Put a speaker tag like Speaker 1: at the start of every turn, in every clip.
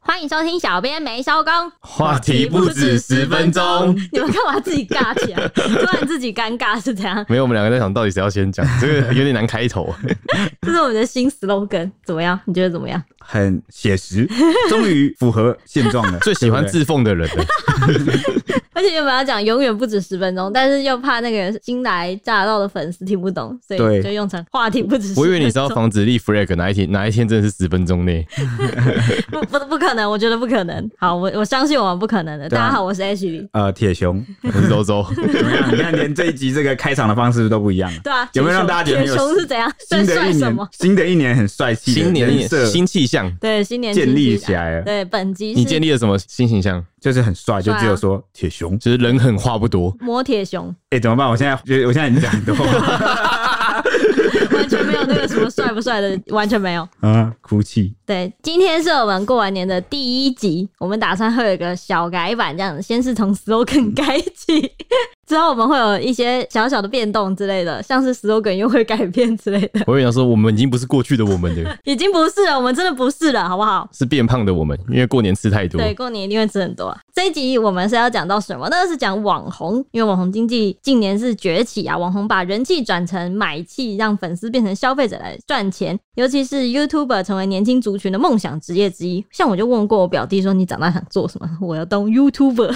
Speaker 1: 欢迎收听《小编没收工》，
Speaker 2: 话题不止十分钟。
Speaker 1: 你们干嘛自己尬起 来？突然自己尴尬是怎样？
Speaker 2: 没有，我们两个在想到底谁要 先讲，这个有点难开 头。
Speaker 1: 这是我们的新 slogan，怎么样？你觉得怎么样？
Speaker 3: 很写实， 终于符合现状 了。
Speaker 2: 最喜欢
Speaker 3: 对不对
Speaker 2: 自奉的人了，
Speaker 1: 而且原本要讲永远不止十分钟，但是又怕那个新来乍到的粉丝听不懂，所以
Speaker 3: 对
Speaker 1: 就用成话题不止十分钟。
Speaker 2: 我以为你是要防止立 flag 哪一天哪一天真的是十分钟 内。
Speaker 1: 不不不可能，我觉得不可能。好，我我相信我们不可能的。
Speaker 3: 对啊
Speaker 1: 大家好，我是 H 李。
Speaker 3: 呃，铁 熊
Speaker 2: 我是周周，
Speaker 3: 怎么样？你看，连这一集这个开场的方式都不一样了。
Speaker 1: 对啊，
Speaker 3: 有没有让
Speaker 1: 铁
Speaker 3: 大家
Speaker 1: 熊
Speaker 3: 觉得很
Speaker 1: 铁
Speaker 3: 有
Speaker 1: 熊是怎样？在
Speaker 3: 新的
Speaker 1: 帅
Speaker 3: 一
Speaker 1: 什
Speaker 3: 年
Speaker 1: 么？，
Speaker 3: 新的一年很帅气的，
Speaker 2: 新年
Speaker 3: 人设
Speaker 2: 新气象，
Speaker 1: 对，新年
Speaker 3: 建立
Speaker 1: 新气
Speaker 3: 起来了
Speaker 1: 对，本集
Speaker 2: 你
Speaker 1: 是
Speaker 2: 建立了什么新形象？
Speaker 3: 就是很帅，就
Speaker 1: 帅啊
Speaker 3: 只有说铁熊。
Speaker 2: 就是人狠话不多，
Speaker 1: 摸铁熊，
Speaker 3: 哎，怎么办？我现在觉得我现在已经讲很 多话，
Speaker 1: 完全没有那个什么帅不帅的，完全没有。
Speaker 3: 啊，哭泣。
Speaker 1: 对，今天是我们过完年的第一集，我们打算会有一个小改版，这样子，先是从 slogan 改起， 之后我们会有一些小小的变动之类的，像是 slogan 又会改变之类的，
Speaker 2: 我跟你讲说，我们已经不是过去的我们了，
Speaker 1: 已经不是了，我们真的不是了，好不好？
Speaker 2: 是变胖的我们，因为过年吃太多。
Speaker 1: 对，过年一定会吃很多、啊。这一集我们是要讲到什么？那是讲网红，因为网红经济近年是崛起啊，网红把人气转成买气，让粉丝变成消费者来赚钱。尤其是 YouTuber 成为年轻族群的梦想职业之一。像我就问过我表弟说：“你长大想做什么？” 我要当 YouTuber。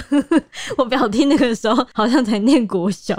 Speaker 1: 我 表弟那个时候好像才念国小，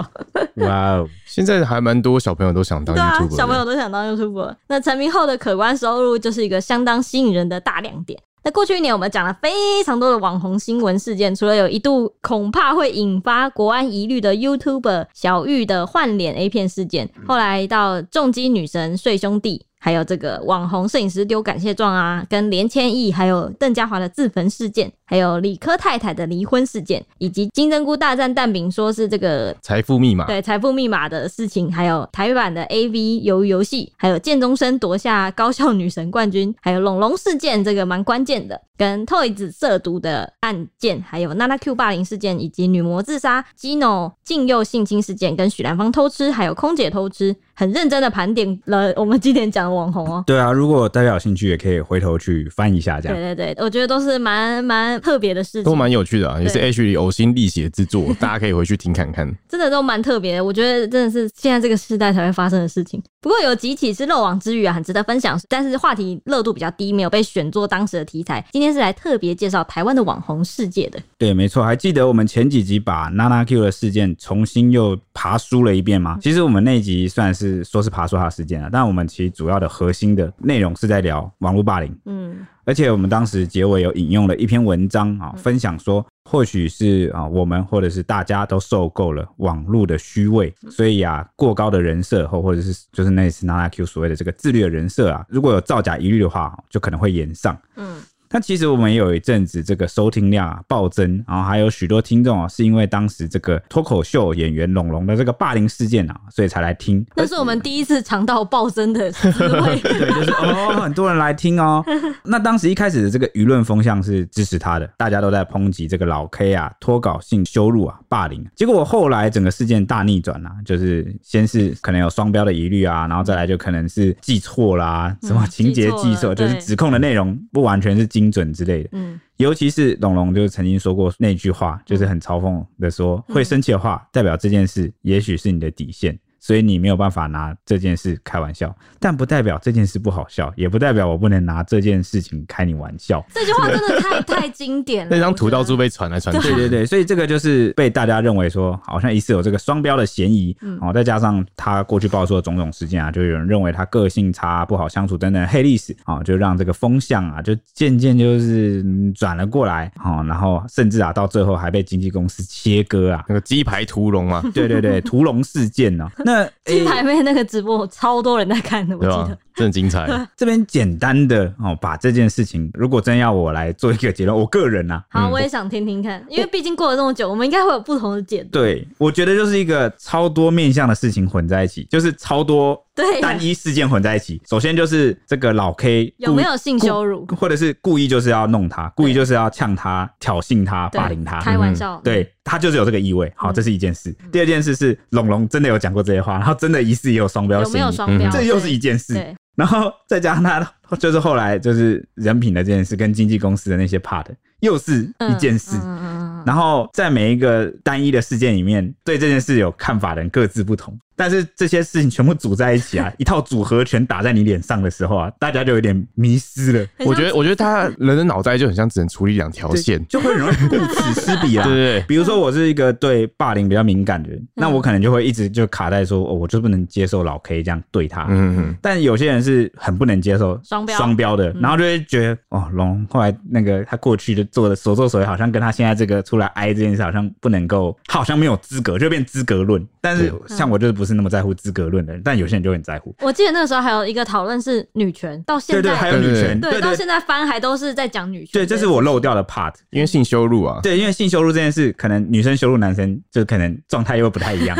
Speaker 3: 哇哦，
Speaker 2: 现在还蛮多小朋友都想当
Speaker 1: 对啊，
Speaker 2: YouTuber，
Speaker 1: 小朋
Speaker 2: 的
Speaker 1: 友都想当 YouTuber。那成名后的可观收入就是一个相当吸引人的大亮点。那过去一年我们讲了非常多的网红新闻事件，除了有一度恐怕会引发国安疑虑的 YouTuber 小玉的换脸 A 片事件，后来到重击女神睡兄弟。还有这个网红摄影师丢感谢状啊，跟连千亿还有邓家华的自焚事件，还有理科太太的离婚事件，以及金针菇大战蛋饼说是这个
Speaker 2: 财富密
Speaker 3: 啊
Speaker 2: 码，
Speaker 1: 对财富密码的事情，还有台版的 A V 游游戏，还有剑中生夺下高校女神冠军，还有龙龙事件这个蛮关键的，跟 Toys 涉毒的案件，还有娜娜 Q 霸凌事件，以及女模自杀、Gino 禁幼性侵事件，跟许兰芳偷吃，还有空姐偷吃，很认真的盘点了我们今天讲的网红哦。
Speaker 3: 对啊，如果大家有兴趣，也可以回头去翻一下这样。
Speaker 1: 对对对，我觉得都是蛮蛮特别的事
Speaker 2: 都
Speaker 1: 情，
Speaker 2: 蛮有趣的啊，也是 H 里呕心沥血 之作，大家可以回去听看看。
Speaker 1: 真的都蛮特别的，我觉得真的是现在这个时代才会发生的事情。不过有几起是漏网之鱼啊，很值得分享，但是话题热度比较低，没有被选作当时的题材。今天是来特别介绍台湾的网红世界的，
Speaker 3: 对，没错，还记得我们前几集把娜娜 Q 的事件重新又爬梳了一遍吗？其实我们那一集虽然是说是爬梳她的事件啊，但我们其实主要的核心的内容是在聊网络霸凌，
Speaker 1: 嗯，
Speaker 3: 而且我们当时结尾有引用了一篇文章啊，分享说，或许是啊，我们或者是大家都受够了网络的虚伪，所以啊，过高的人设或或者是就是那次娜娜 Q 所谓的这个自律的人设啊，如果有造假疑虑的话，就可能会延上。
Speaker 1: 嗯，
Speaker 3: 但其实我们也有一阵子这个收听量啊暴增，然后还有许多听众啊，是因为当时这个脱口秀演员龙龙的这个霸凌事件啊，所以才来听。
Speaker 1: 那是我们第一次尝到暴增 的滋味。
Speaker 3: 对，就是哦，很多人来听哦。 那当时一开始的这个舆论风向是支持他的，大家都在抨击这个老 K 啊，脱稿性羞辱啊，霸凌。结果后来整个事件大逆转啦、啊就是先是可能有双标的疑虑啊，然后再来就可能是记错啦，什么
Speaker 1: 嗯
Speaker 3: 情节
Speaker 1: 记错
Speaker 3: 记
Speaker 1: 了
Speaker 3: 错，就是
Speaker 1: 对
Speaker 3: 指控的内容不完全是精准之类的。
Speaker 1: 嗯，
Speaker 3: 尤其是龙龙，就是曾经说过那句话，就是很嘲讽的说，会生气的话，代表这件事也许是你的底线，所以你没有办法拿这件事开玩笑，但不代表这件事不好笑，也不代表我不能拿这件事情开你玩笑。
Speaker 1: 这句话真的太太经典了。
Speaker 2: 那张
Speaker 1: 我觉
Speaker 2: 图
Speaker 1: 得
Speaker 2: 到处被传来传去，
Speaker 3: 对对对，所以这个就是被大家认为说，好像疑似有这个双标的嫌疑，哦，再加上他过去爆出的种种事件啊，就有人认为他个性差、不好相处等等黑历史啊、哦，就让这个风向啊，就渐渐就是嗯转了过来，哦，然后甚至啊，到最后还被经纪公司切 割啊，
Speaker 2: 那个鸡排屠龙啊 嘛，
Speaker 3: 对对对，屠龙事件呢、那
Speaker 1: 鸡排妹那个直播超多人在啊看的，我
Speaker 2: 对
Speaker 1: 记
Speaker 2: 吧
Speaker 1: 得。？
Speaker 2: 真的精彩，
Speaker 3: 这边简单的哦，把这件事情，如果真要我来做一个结论，我个人啊，
Speaker 1: 好，我也想听听看，因为毕竟过了这么久，我们应该会有不同的解读。
Speaker 3: 对，我觉得就是一个超多面向的事情混在一起，就是超多
Speaker 1: 对
Speaker 3: 单一事件混在一起。首先就是这个老 K
Speaker 1: 有没有性羞辱
Speaker 3: 故意，或者是故意就是要弄他，故意就是要呛他、挑衅他、
Speaker 1: 对
Speaker 3: 霸凌他，嗯
Speaker 1: 开玩笑，
Speaker 3: 对他就是有这个意味。
Speaker 1: 嗯
Speaker 3: 好，这是一件事。第二件事是龙龙真的有讲过这些话，然后真的疑似也有双标
Speaker 1: 有没
Speaker 3: 嫌
Speaker 1: 有
Speaker 3: 疑，
Speaker 1: 双标？
Speaker 3: 这又
Speaker 1: 对
Speaker 3: 是一件事。
Speaker 1: 对，
Speaker 3: 然后再加上他就是后来就是人品的这件事跟经纪公司的那些 part 又是一件事。
Speaker 1: 嗯嗯嗯
Speaker 3: 然后在每一个单一的事件里面，对这件事有看法的人各自不同，但是这些事情全部组在一起啊，一套组合拳打在你脸上的时候啊，大家就有点迷失了，
Speaker 1: 很像
Speaker 2: 我觉得，我觉得他人的脑袋就很像只能处理两条
Speaker 3: 对
Speaker 2: 线，啊
Speaker 3: 就会很容易顾此失彼啦。啊
Speaker 2: 对对对，
Speaker 3: 比如说我是一个对霸凌比较敏感的人，那我可能就会一直就卡在说，哦，我就不能接受老 K 这样对他。
Speaker 2: 嗯嗯
Speaker 3: 但有些人是很不能接受
Speaker 1: 双标
Speaker 3: 双标的，然后就会觉得哦，龙后来那个他过去的做的所作所为，好像跟他现在这个出来挨这件事，好像不能够，他好像没有资格，就变资格论。但是像我就是不是那么在乎资格论的人，但有些人就很在乎。
Speaker 1: 我记得那个时候还有一个讨论是女权，到现
Speaker 3: 对
Speaker 1: 在
Speaker 3: 对，还有女权，
Speaker 1: 对
Speaker 3: 对
Speaker 1: 到
Speaker 3: 对
Speaker 1: 现在翻还都是在讲女权。
Speaker 3: 对，这是我漏掉的 part。
Speaker 2: 因为性羞辱啊，
Speaker 3: 对，因为性羞辱这件事，可能女生羞辱男生，就可能状态又不太一样。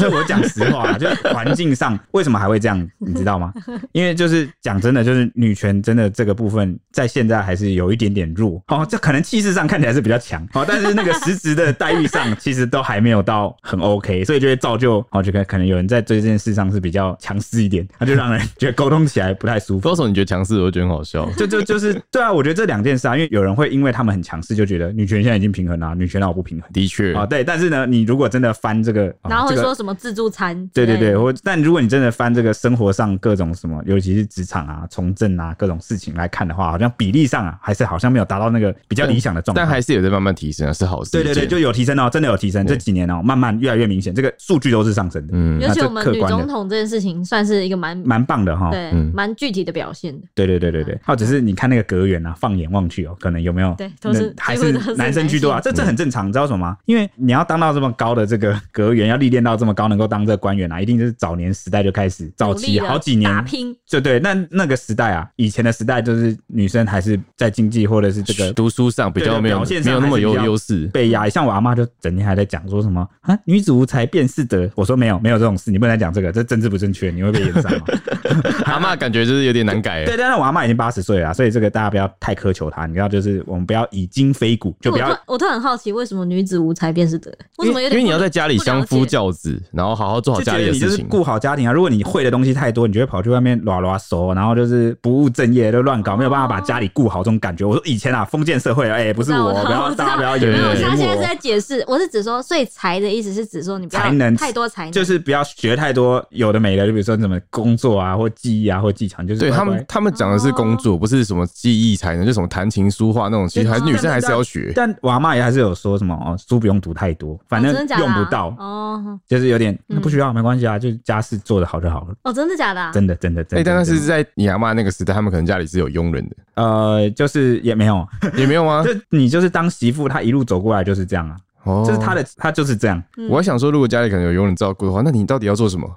Speaker 3: 就我讲实话啊，就是环境上为什么还会这样，你知道吗？因为就是讲真的，就是女权真的这个部分，在现在还是有一点点弱。哦，这可能气势上看起来是比较强，哦，但是那个实质的待遇上，其实都还没有到很 OK，所以就会造就哦，就可可能有人在对这件事上是比较强势一点，他就让人觉得沟通起来不太舒服
Speaker 2: 不知道。为什么你觉得强势，我觉得很好笑。
Speaker 3: 就就就是对啊，我觉得这两件事啊，因为有人会因为他们很强势，就觉得女权现在已经平衡了、啊女权让我不平衡
Speaker 2: 的确
Speaker 3: 啊、，对，但是呢，你如果真的翻这个，啊
Speaker 1: 然后会
Speaker 3: 这个
Speaker 1: 说什么自助餐之
Speaker 3: 对
Speaker 1: 类
Speaker 3: 对
Speaker 1: 的？
Speaker 3: 对，我但如果你真的翻这个生活上各种什么，尤其是职场啊、从政啊各种事情来看的话，好像比例上啊，还是好像没有达到那个比较理想的状态。
Speaker 2: 但还是有在慢慢提升啊，是好事。
Speaker 3: 对对对，就有提升哦，真的有提升，这几年哦，慢慢越来越明显，这个数据都是上升的，
Speaker 2: 嗯
Speaker 1: 尤
Speaker 3: 那
Speaker 1: 其
Speaker 3: 啊这
Speaker 1: 我们
Speaker 3: 客
Speaker 1: 女
Speaker 3: 观的啊
Speaker 1: 总统这件事情，算是一个蛮
Speaker 3: 蛮棒的哈、
Speaker 1: 对
Speaker 2: 嗯
Speaker 1: 蛮具体的表现的。
Speaker 3: 对对对对对，还有只是你看那个隔远啊，放眼望去哦，可能有没有？
Speaker 1: 对都是
Speaker 3: 那还
Speaker 1: 几乎
Speaker 3: 是
Speaker 1: 都是
Speaker 3: 男生居多啊，
Speaker 1: 男
Speaker 3: 这这很正常，你知道为什么吗？因为你要当到这么高的这个隔远，要历练到这么高，能够当这个官员啊，一定就是早年时代就开始，早
Speaker 1: 努力
Speaker 3: 期
Speaker 1: 的
Speaker 3: 好几年
Speaker 1: 打。拼，
Speaker 3: 就对，那那个时代啊，以前的时代就是女生还是在经济或者是这个
Speaker 2: 读书上比较没有
Speaker 3: 对对表现
Speaker 2: 没
Speaker 3: 上
Speaker 2: 有那么有
Speaker 3: 还是比较
Speaker 2: 优势，
Speaker 3: 被压抑。像我阿妈就整天还在讲说什么啊，女子无才便是德。我说没有没有这种事，你不能再讲这个，这政治不正确，你会被严杀嘛。
Speaker 2: 阿嬷感觉就是有点难改。
Speaker 3: 对，但是我阿妈已经八十岁了啊，所以这个大家不要太苛求她。你知道，就是我们不要以金非古，就
Speaker 1: 我
Speaker 3: 不
Speaker 1: 突
Speaker 3: 要哦
Speaker 1: 然我突然很好奇，为什么女子无才便是德？为什么有
Speaker 2: 因
Speaker 1: 点
Speaker 2: 为你
Speaker 1: 不
Speaker 2: 要在家里
Speaker 1: 不了
Speaker 2: 相夫
Speaker 1: 解
Speaker 2: 教子，然后好好做好
Speaker 3: 就觉
Speaker 2: 家
Speaker 3: 得
Speaker 2: 里的
Speaker 3: 你就
Speaker 2: 事
Speaker 3: 是
Speaker 2: 情。
Speaker 3: 顾好家庭啊。如果你会的东西太多，你就会跑去外面拉拉手，然后就是不务正业，就乱搞，没有办法把家里顾好，这种感觉。我说以前啊，封建社会啊，哎、不是
Speaker 1: 我
Speaker 3: 我，
Speaker 1: 知道
Speaker 3: 不
Speaker 1: 哦我
Speaker 3: 要
Speaker 1: 知道
Speaker 3: 大家不要
Speaker 2: 对
Speaker 3: 有
Speaker 1: 没有，我
Speaker 2: 对
Speaker 1: 现在现在是
Speaker 3: 我。
Speaker 1: 在解释，我是指说，所以才的意思是指说你不要
Speaker 3: 才能
Speaker 1: 太多才能，
Speaker 3: 就是不要学太多有的没的，就比如说什么工作啊，或技艺啊，或技巧，你就是
Speaker 2: 对
Speaker 3: 乖
Speaker 2: 他
Speaker 3: 乖
Speaker 2: 们，他们讲的是
Speaker 1: 哦
Speaker 2: 工作，不是什么技艺才能，就什么弹琴、书画那种，其实还是女生还是要学。
Speaker 3: 但我阿妈也还是有说什么哦，书不用读太多，反
Speaker 1: 哦
Speaker 3: 正
Speaker 1: 真的假的
Speaker 3: 用
Speaker 1: 啊
Speaker 3: 不到，
Speaker 1: 哦
Speaker 3: 就是有点、
Speaker 1: 嗯
Speaker 3: 不需要，没关系啊，就家事做得好就好了。
Speaker 1: 哦，真的假的啊？
Speaker 3: 真的，真的，真
Speaker 2: 哎，
Speaker 3: 的。
Speaker 2: 但那
Speaker 3: 真
Speaker 2: 是
Speaker 3: 的
Speaker 2: 在你阿嬷那个时代，他们可能家里是有佣人 的，
Speaker 3: 呃，就是也没有，
Speaker 2: 也没有吗
Speaker 3: 就？你就是当媳妇，她一路走过来就是这样啊，
Speaker 2: 哦，
Speaker 3: 就是她的，她就是这样，
Speaker 1: 嗯
Speaker 2: 我还想说，如果家里可能有佣人照顾的话，那你到底要做 什么？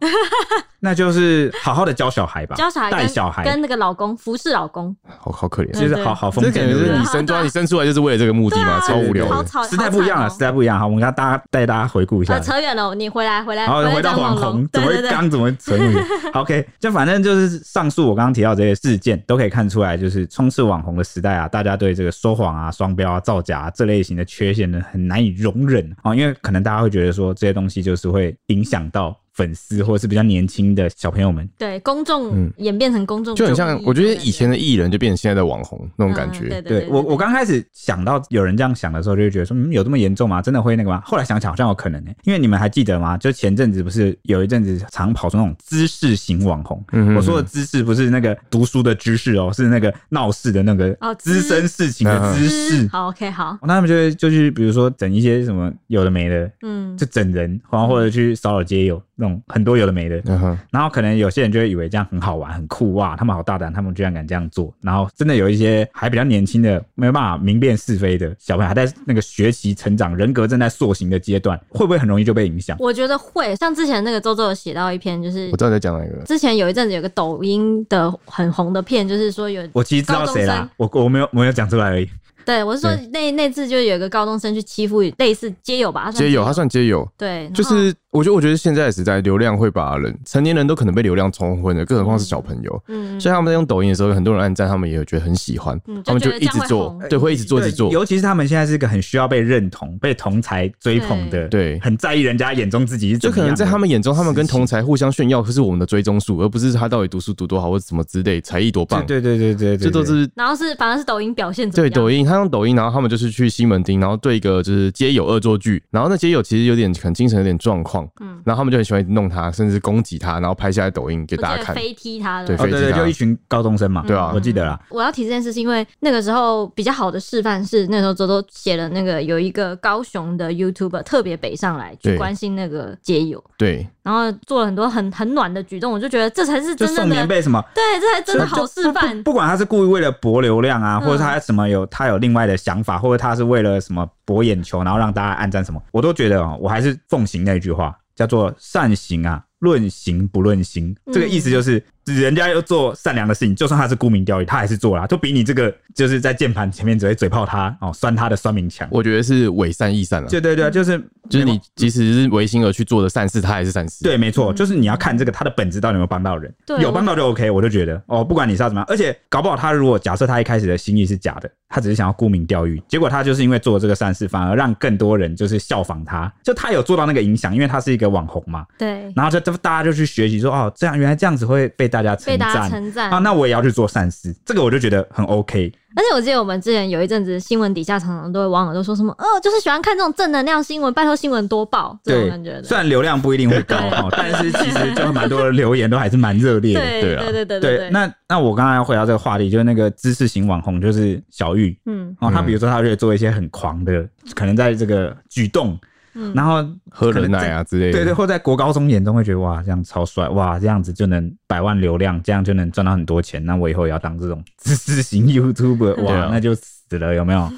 Speaker 3: 那就是好好的教小孩吧，
Speaker 1: 教小孩
Speaker 3: 带
Speaker 1: 跟
Speaker 3: 小孩，
Speaker 1: 跟那个老公服侍老公，
Speaker 2: 好好可怜
Speaker 1: 嗯
Speaker 2: 啊。
Speaker 3: 就是
Speaker 1: 对
Speaker 3: 好好
Speaker 2: 这
Speaker 3: 封
Speaker 2: 感
Speaker 3: 建
Speaker 2: 觉
Speaker 3: 对不
Speaker 2: 是
Speaker 3: 对
Speaker 2: 你生抓你生出来就是为了这个目的嘛，
Speaker 1: 对啊
Speaker 2: 超无聊
Speaker 1: 好
Speaker 2: 的。
Speaker 1: 吵，
Speaker 3: 时代不一样啊了，时
Speaker 1: 代。
Speaker 3: 代不一样。好，我们跟大家带大家回顾一下
Speaker 1: 呃，。扯远了，你回来回来，
Speaker 3: 然后回到
Speaker 1: 讲
Speaker 3: 网
Speaker 1: 龙
Speaker 3: 红，怎
Speaker 1: 对
Speaker 3: 么
Speaker 1: 对
Speaker 3: 会
Speaker 1: 对，
Speaker 3: 刚怎么会扯那么远 好？OK，就反正就是上述我刚刚提到这些事件，都可以看出来，就是充斥网红的时代啊，大家对这个说谎啊、双标啊、造假、啊、这类型的缺陷呢，很难以容忍啊、哦因为可能大家会觉得说这些东西就是会影响到粉丝或者是比较年轻的小朋友们。
Speaker 1: 对公众
Speaker 2: 嗯
Speaker 1: 演变成公众
Speaker 2: 就很像
Speaker 1: 正义，
Speaker 2: 我觉得
Speaker 1: 对
Speaker 2: 以前的艺人就变成现在的网红那
Speaker 1: 对
Speaker 2: 种感
Speaker 1: 嗯对
Speaker 2: 觉。
Speaker 1: 对
Speaker 3: 对我，我刚开始想到有人这样想的时候，就会觉得说，嗯，有这么严重吗？真的会那个吗？后来想想，好像有可能呢、因为你们还记得吗？就前阵子不是有一阵子常跑出那种知识型网红，
Speaker 2: 嗯
Speaker 3: 我说的知识不是那个读书的知识哦，是那个闹事的那个
Speaker 1: 哦
Speaker 3: 滋生事情
Speaker 2: 嗯
Speaker 3: 的
Speaker 1: 对
Speaker 3: 知识。
Speaker 1: 嗯
Speaker 3: 哦
Speaker 1: 好 OK 好，
Speaker 3: 那他们就会就去，比如说整一些什么有的没的，
Speaker 1: 嗯
Speaker 3: 就整人，然后或者去骚扰街友那种很多有的没的，
Speaker 2: 嗯哼，
Speaker 3: 然后可能有些人就会以为这样很好玩、很酷哇，他们好大胆，他们居然敢这样做。然后真的有一些还比较年轻的，没有办法明辨是非的小朋友，还在那个学习成长、人格正在塑形的阶段，会不会很容易就被影响？
Speaker 1: 我觉得会，像之前那个周周有写到一篇，就是
Speaker 2: 我知道你在讲哪个。
Speaker 1: 之前有一阵子有个抖音的很红的片，就是说有
Speaker 3: 我其实知道
Speaker 1: 高中
Speaker 3: 谁啦
Speaker 1: 生，
Speaker 3: 我我没有我没有讲出来而已。
Speaker 1: 对我是说那那次就有一个高中生去欺负类似街友吧，他算
Speaker 2: 街友，他算街友，
Speaker 1: 对，然后
Speaker 2: 就是我觉得，我觉得现在的时代，流量会把人成年人都可能被流量冲昏了，更何况是小朋友。
Speaker 1: 嗯
Speaker 2: 所以他们在用抖音的时候，很多人按赞，他们也有觉得很喜欢，
Speaker 1: 嗯
Speaker 2: 他们
Speaker 1: 就觉
Speaker 2: 就
Speaker 1: 得
Speaker 2: 一直
Speaker 1: 这样会
Speaker 2: 做
Speaker 1: 红，
Speaker 2: 对，会一直做，一直做。
Speaker 3: 尤其是他们现在是一个很需要被认同、被同才追捧的，
Speaker 2: 对
Speaker 3: 很在意人家眼中自己是
Speaker 2: 就
Speaker 3: 怎么样
Speaker 2: 可
Speaker 3: 的
Speaker 2: 能在他们眼中，他们跟
Speaker 3: 事情
Speaker 2: 同才互相炫耀，可是我们的追踪数，而不是他到底读书读多好或者什么之类，才艺多棒，
Speaker 3: 对对对对对，
Speaker 2: 这都
Speaker 3: 对
Speaker 2: 是
Speaker 1: 然后是反而是抖音表现怎么
Speaker 2: 对
Speaker 1: 样？
Speaker 2: 抖音，他用抖音，然后他们就是去西门町，然后对一个就是街友恶作剧，然后那街友其实有点可能精神有点状况，
Speaker 1: 嗯
Speaker 2: 然后他们就很喜欢弄他，甚至攻击他，然后拍下来抖音给
Speaker 1: 我记
Speaker 2: 大家
Speaker 1: 得
Speaker 2: 看。
Speaker 1: 飞踢他的
Speaker 2: 对
Speaker 1: 嘛。
Speaker 3: 哦对对，
Speaker 2: 飞机
Speaker 3: 就一群高中生嘛，
Speaker 2: 对啊
Speaker 3: 我记得啦，
Speaker 1: 我要提这件事，是因为那个时候比较好的示范是那时候周周写了那个有一个高雄的 YouTuber 特别北上来去
Speaker 2: 对
Speaker 1: 关心那个街友，
Speaker 2: 对，
Speaker 1: 然后做了很多很很暖的举动，我就觉得这才是
Speaker 3: 就
Speaker 1: 真正
Speaker 3: 送
Speaker 1: 的
Speaker 3: 棉被什么。
Speaker 1: 对，这才真的
Speaker 3: 就
Speaker 1: 好示
Speaker 3: 不
Speaker 1: 范。
Speaker 3: 不管他是故意为了博流量啊，
Speaker 1: 嗯
Speaker 3: 或者他什么有他有另外的想法，或者他是为了什么博眼球，然后让大家暗赞什么，我都觉得哦，我还是奉行那句话，叫做善行啊，论行不论心。
Speaker 1: 嗯
Speaker 3: 这个意思就是，人家要做善良的事情，就算他是沽名钓誉，他还是做啦，就比你这个就是在键盘前面只会嘴炮他哦，酸他的酸民强。
Speaker 2: 我觉得是伪善亦善了，
Speaker 3: 对对对，就是
Speaker 2: 就是你即使是违心而去做的善事，他还是善事。
Speaker 3: 对，没错，
Speaker 1: 嗯
Speaker 3: 就是你要看这个他的本质到底有没有帮到人，
Speaker 1: 对
Speaker 3: 有帮到就 OK，我就觉得哦，不管你是要怎么样，而且搞不好他如果假设他一开始的心意是假的，他只是想要沽名钓誉，结果他就是因为做这个善事，反而让更多人就是效仿他，就他有做到那个影响，因为他是一个网红嘛，
Speaker 1: 对，
Speaker 3: 然后就就大家就去学习说哦，这样原来这样子会被大家称
Speaker 1: 被大家
Speaker 3: 赞。
Speaker 1: 称赞
Speaker 3: 啊，那我也要去做善事，这个我就觉得很 OK。
Speaker 1: 而且我记得我们之前有一阵子新闻底下常常都会网友都说什么，哦，就是喜欢看这种正能量新闻，拜托新闻多报这种
Speaker 3: 对
Speaker 1: 感觉，
Speaker 3: 虽
Speaker 1: 的。
Speaker 3: 然流量不一定会高，哦但是其实就蛮多的留言都还是蛮热烈的。
Speaker 1: 对
Speaker 2: 对啊
Speaker 1: 对对对
Speaker 3: 对，
Speaker 1: 对，
Speaker 3: 那那我刚刚要回到这个话题，就是那个知识型网红，就是小玉
Speaker 1: 嗯
Speaker 3: 哦，他
Speaker 2: 嗯
Speaker 3: 比如说他就会做一些很狂的，可能在这个举动，
Speaker 1: 嗯，
Speaker 3: 然后
Speaker 2: 喝
Speaker 3: 可
Speaker 2: 人
Speaker 3: 能在
Speaker 2: 奶啊之类的。
Speaker 3: 对对，或在国高中眼中会觉得哇，这样超帅，哇，这样子就能百万流量，这样就能赚到很多钱，那我以后也要当这种知识型 YouTuber，哇，
Speaker 2: 对啊
Speaker 3: 那就死了，有没有？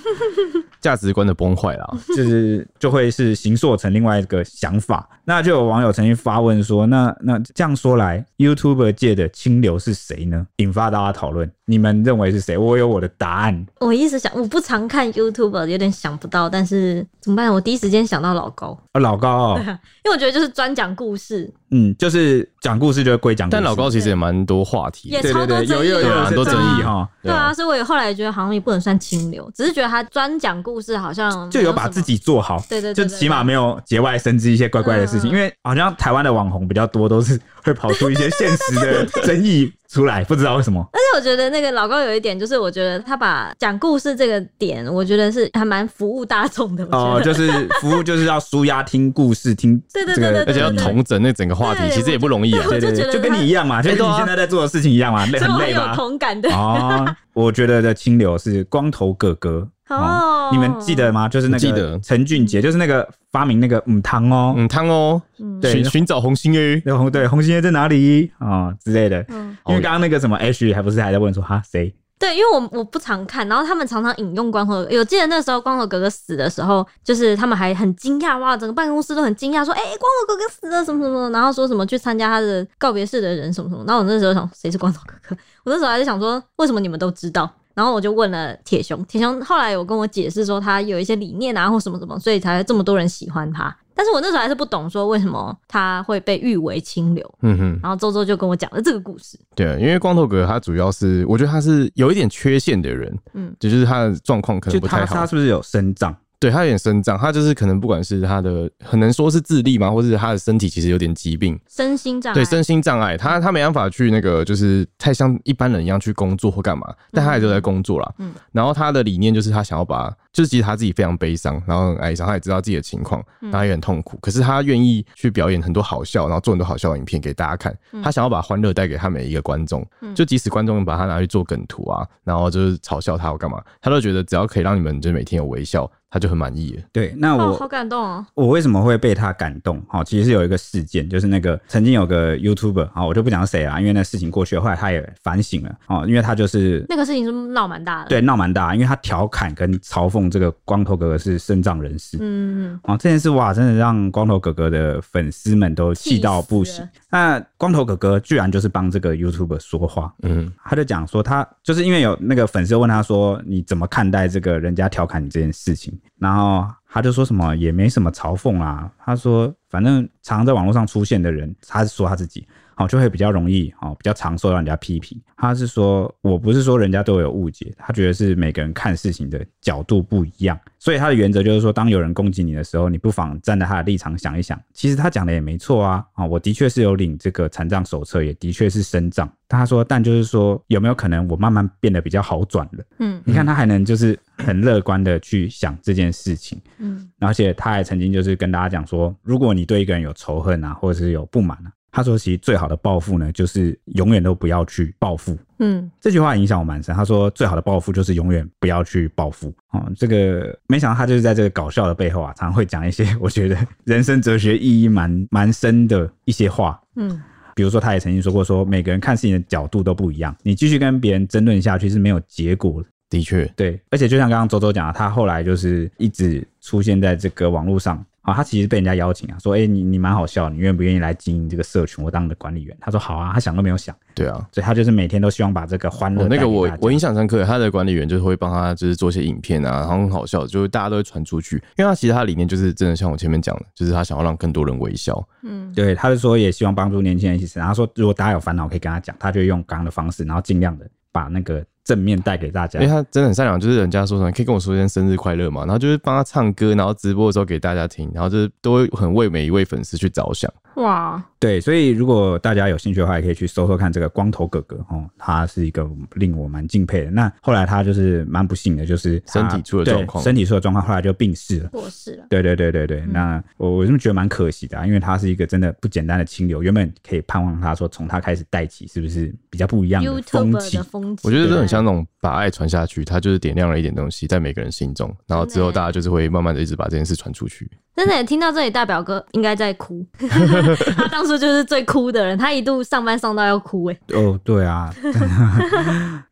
Speaker 2: 价值观的崩坏啦。
Speaker 3: 嗯就是就会是形塑成另外一个想法。那就有网友曾经发问说，那那这样说来，YouTuber 界的清流是谁呢？引发大家讨论，你们认为是谁？我有我的答案。
Speaker 1: 我一直想，我不常看 YouTube，有点想不到，但是怎么办？我第一时间想到老高，
Speaker 3: 啊，老高、哦，
Speaker 1: 因为我觉得就是专讲故事，
Speaker 3: 嗯，就是讲故事就是归讲故事，
Speaker 2: 但老高其实也蛮多话题
Speaker 1: 也
Speaker 2: 的，
Speaker 3: 对
Speaker 1: 超
Speaker 3: 对对，
Speaker 1: 多
Speaker 3: 有
Speaker 1: 争议
Speaker 3: 有
Speaker 1: 的
Speaker 3: 有
Speaker 2: 很多
Speaker 3: 些
Speaker 2: 争议
Speaker 3: 哈、哦，
Speaker 1: 对啊，所以我也后来觉得好像也不能算清流，只是觉得他专讲故事好像
Speaker 3: 就有把自己做好。
Speaker 1: 没有什么对对
Speaker 3: 就
Speaker 1: 对，
Speaker 3: 起码没有节外生枝一些怪怪的事
Speaker 1: 嗯
Speaker 3: 情，因为好像台湾的网红比较多，都是会跑出一些现实的争议出来，不知道为什么。
Speaker 1: 但是我觉得那个老高有一点，就是我觉得他把讲故事这个点，我觉得是还蛮服务大众的。我觉得、
Speaker 3: 哦，就是服务就是要舒压，听故事，听
Speaker 1: 对对
Speaker 3: 这个
Speaker 1: 对对
Speaker 2: 而且要
Speaker 1: 对
Speaker 2: 同整那整个话题，
Speaker 1: 对
Speaker 2: 其实也不容易啊。
Speaker 1: 我
Speaker 3: 对
Speaker 1: 就
Speaker 3: 对
Speaker 1: 觉
Speaker 3: 对，
Speaker 1: 得
Speaker 3: 就跟
Speaker 1: 他
Speaker 3: 你一样嘛，就
Speaker 2: 哎
Speaker 3: 跟
Speaker 2: 对
Speaker 3: 你
Speaker 2: 啊
Speaker 3: 现在在做的事情一 样嘛，累
Speaker 1: 所以
Speaker 3: 哦很
Speaker 1: 我很
Speaker 3: 累
Speaker 1: 有
Speaker 3: 吧？
Speaker 1: 同感的。
Speaker 3: 哦，我觉得的清流是光头哥哥。
Speaker 1: 哦
Speaker 3: 你们记得吗？就是那
Speaker 2: 我记得
Speaker 3: 个陈俊杰，就是那个发明那个母汤哦，
Speaker 2: 嗯，汤哦，
Speaker 1: 嗯
Speaker 3: 对
Speaker 2: 寻寻找红心 A，
Speaker 3: 对红对红星爷在哪里啊、哦之类的。
Speaker 1: 嗯，
Speaker 3: 因为刚刚那个什么 H 还不是还在问说哈谁？
Speaker 1: 对，因为我我不常看，然后他们常常引用光头，有记得那时候光头哥哥死的时候，就是他们还很惊讶，哇，整个办公室都很惊讶，说，哎、光头哥哥死了什么什么，然后说什么去参加他的告别式的人什么什么，然后我那时候想谁是光头哥哥，我那时候还在想说为什么你们都知道，然后我就问了铁熊，铁熊后来有跟我解释说他有一些理念啊或什么什么，所以才这么多人喜欢他，但是我那时候还是不懂说为什么他会被誉为清流，
Speaker 2: 嗯哼，
Speaker 1: 然后周周就跟我讲了这个故事，
Speaker 2: 对，啊因为光头哥他主要是，我觉得他是有一点缺陷的人，
Speaker 1: 嗯
Speaker 2: 嗯，就是他的状况可
Speaker 3: 就
Speaker 2: 呃能不
Speaker 3: 他
Speaker 2: 太
Speaker 3: 他
Speaker 2: 好，
Speaker 3: 是不是有生长？
Speaker 2: 对他有点生长，他就是可能不管是他的，很能说是智力嘛，或是他的身体其实有点疾病，
Speaker 1: 身心障碍，嗯
Speaker 2: 对身心障碍，他他没办法去那个，就是太像一般人一样去工作或干嘛，但他也都在工作啦。
Speaker 1: 嗯
Speaker 2: 嗯，然后他的理念就是他想要把，就是其实他自己非常悲伤，然后很哎哀伤，他也知道自己的情况，
Speaker 1: 嗯
Speaker 2: 然后也很痛苦，可是他愿意去表演很多好笑，然后做很多好笑的影片给大家看，
Speaker 1: 嗯
Speaker 2: 他想要把欢乐带给他每一个观众，就即使观众把他拿去做梗图啊，然后就是嘲笑他或干嘛，他都觉得只要可以让你们就每天有微笑，他就很满意了。
Speaker 3: 对，那
Speaker 1: 哦，
Speaker 3: 我
Speaker 1: 好感动哦。
Speaker 3: 我为什么会被他感动？好、其实是有一个事件，就是那个曾经有个 YouTuber 啊、我就不讲是谁啦，因为那事情过去了，后来他也反省了哦，因为他就是
Speaker 1: 那个事情是闹蛮大的。，
Speaker 3: 对闹蛮大，因为他调侃跟嘲讽这个光头哥哥是肾脏人士。
Speaker 1: 嗯，嗯
Speaker 3: 哦，这件事哇，真的让光头哥哥的粉丝们都气到不
Speaker 1: 气死
Speaker 3: 行
Speaker 1: 了。
Speaker 3: 那光头哥哥居然就是帮这个 YouTuber 说话，
Speaker 2: 嗯，
Speaker 3: 他就讲说他就是因为有那个粉丝问他说你怎么看待这个人家调侃你这件事情，然后他就说什么也没什么嘲讽啦，他说反正常在网络上出现的人，他是说他自己，好、就会比较容易哦，比较常受到人家批评。他是说我不是说人家对我有误解，他觉得是每个人看事情的角度不一样，所以他的原则就是说，当有人攻击你的时候，你不妨站在他的立场想一想，其实他讲的也没错啊，啊、我的确是有领这个残障手册，也的确是身障。他说，但就是说有没有可能我慢慢变得比较好转了？
Speaker 1: 嗯
Speaker 3: 你看他还能就是很乐观的去想这件事情，
Speaker 1: 嗯
Speaker 3: 而且他还曾经就是跟大家讲说，如果你对一个人有仇恨啊，或者是有不满啊，他说其实最好的报复呢，就是永远都不要去报复。
Speaker 1: 嗯
Speaker 3: 这句话影响我蛮深。他说最好的报复就是永远不要去报复。哦，这个没想到他就是在这个搞笑的背后啊，常常会讲一些我觉得人生哲学意义蛮蛮深的一些话。
Speaker 1: 嗯
Speaker 3: 比如说，他也曾经说过说每个人看事情的角度都不一样，你继续跟别人争论下去是没有结果的。
Speaker 2: 的确，
Speaker 3: 对，而且就像刚刚周周讲的，他后来就是一直出现在这个网络上啊。他其实被人家邀请啊，说：“哎、你你蛮好笑，你愿不愿意来经营这个社群？我当你的管理员。”他说：“好啊。”他想都没有想，
Speaker 2: 对啊。
Speaker 3: 所以他就是每天都希望把这个欢乐、
Speaker 2: 哦，那个我我印
Speaker 3: 象
Speaker 2: 象深刻，他的管理员就是会帮他，就是做一些影片啊，然后很好笑，就是大家都会传出去，因为他其实他的理念就是真的像我前面讲的，就是他想要让更多人微笑，
Speaker 1: 嗯
Speaker 3: 对，他就说也希望帮助年轻人一起成长。他说如果大家有烦恼可以跟他讲，他就用刚刚的方式，然后尽量的把那个正面带给大家
Speaker 2: 因为。他真的很善良，就是人家说什么可以跟我说一声生日快乐嘛，然后就是帮他唱歌，然后直播的时候给大家听，然后就是都会很为每一位粉丝去着想。
Speaker 1: 哇
Speaker 3: 对，所以如果大家有兴趣的话，也可以去搜搜看这个光头哥哥哦，他是一个令我蛮敬佩的。那后来他就是蛮不幸的，就是他
Speaker 2: 身体出了状况
Speaker 3: 对身体出了状况，后来就病逝了。
Speaker 1: 过世了
Speaker 3: 对对对对对，
Speaker 1: 嗯
Speaker 3: 那我我这么觉得蛮可惜的、啊，因为他是一个真的不简单的清流，原本可以盼望他说从他开始带起，是不是比较不一样的风
Speaker 1: ，YouTube
Speaker 3: 气
Speaker 1: 的？风气，
Speaker 2: 我觉得这很像那种把爱传下去，它就是点亮了一点东西在每个人心中，然后之后大家就是会慢慢的一直把这件事传出去。
Speaker 1: 真的听到这里，大表哥应该在 哭。他当初就是最哭的人，他一度上班上到要哭哎、
Speaker 3: 哦，对啊。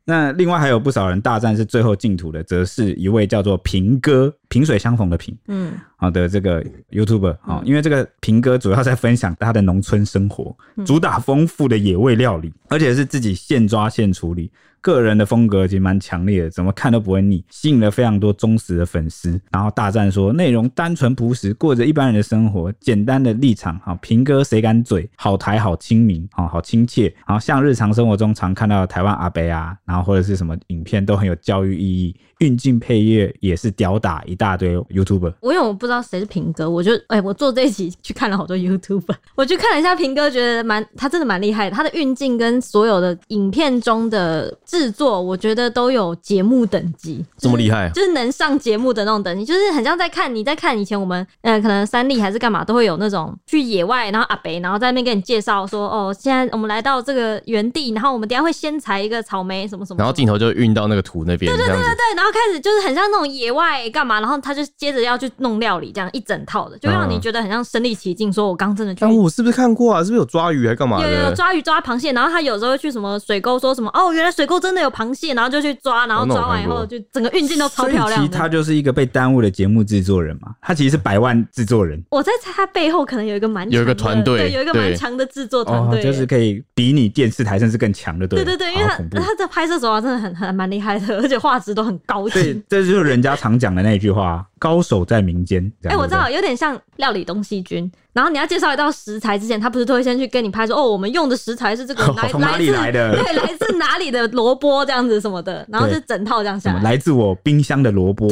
Speaker 3: 那另外还有不少人大战是最后净土的，则是一位叫做平哥萍水相逢的萍。
Speaker 1: 嗯
Speaker 3: 好啊的这个 YouTube 啊、因为这个平哥主要在分享他的农村生活，主打丰富的野味料理，而且是自己现抓现处理，个人的风格其实蛮强烈的，怎么看都不会腻，吸引了非常多忠实的粉丝。然后大赞说内容单纯朴实，过着一般人的生活，简单的立场啊，平哥谁敢嘴，好台好亲民啊，好亲切，然后像日常生活中常看到的台湾阿伯啊，然后或者是什么影片都很有教育意义，运镜配乐也是屌打一大堆 YouTuber。
Speaker 1: 我因为我不知道谁是平哥，我就哎、我做这一集去看了好多 YouTube，我去看了一下平哥，觉得蛮他真的蛮厉害的，他的运镜跟所有的影片中的制作，我觉得都有节目等级，
Speaker 2: 这么厉害啊
Speaker 1: 就是能上节目的那种等级，就是很像在看你在看以前我们嗯、呃可能三立还是干嘛都会有那种去野外，然后阿北然后在那边给你介绍说哦，现在我们来到这个原地，然后我们等一下会先采一个草莓什么什么，
Speaker 2: 然后镜头就运到那个图那边，这样子。
Speaker 1: 对，然后开始就是很像那种野外干嘛，然后他就接着要去弄料理，这样一整套的，就让
Speaker 2: 嗯
Speaker 1: 你觉得很像身临其境。说我刚真的去。
Speaker 2: 但我是不是看过啊？是不是有抓鱼还干嘛
Speaker 1: 有有有
Speaker 2: 的？
Speaker 1: 抓鱼抓螃蟹，然后他有时候会去什么水沟，说什么哦，原来水沟真的有螃蟹，然后就去抓，然后
Speaker 2: 哦那我
Speaker 1: 抓完以
Speaker 2: 看过
Speaker 1: 后就整个运镜都超漂
Speaker 3: 所以
Speaker 1: 亮
Speaker 3: 其实他
Speaker 1: 的。
Speaker 3: 就是一个被耽误的节目制作人嘛，他其实是百万制作人
Speaker 1: 我在猜他背后可能有一个蛮
Speaker 2: 有一个
Speaker 1: 强的
Speaker 2: 团队
Speaker 1: 对，有一个蛮
Speaker 2: 对
Speaker 1: 强的制作团队，
Speaker 3: 哦就是可以比你电视台甚至更强的，
Speaker 1: 对
Speaker 3: 了
Speaker 1: 对对，因为
Speaker 3: 好
Speaker 1: 他
Speaker 3: 恐怖。
Speaker 1: 他的拍摄手法真的很很蛮厉害的， 而且画质都很高
Speaker 3: 对
Speaker 1: 清。，
Speaker 3: 这就是人家常讲的那一句话：“高手在民间。”这
Speaker 1: 哎、
Speaker 3: 样
Speaker 1: 我知 道，
Speaker 3: 对
Speaker 1: 有点像料理东西君。然后你要介绍一道食材之前，他不是都会先去跟你拍说，哦，我们用的食材是这个来
Speaker 3: 哦从哪里
Speaker 1: 自
Speaker 3: 来的
Speaker 1: 对，来自哪里的萝卜这样子什么的，然后就
Speaker 3: 对
Speaker 1: 整套这样
Speaker 3: 不对什
Speaker 1: 下
Speaker 3: 么
Speaker 1: 来。
Speaker 3: 来自我冰箱的萝卜，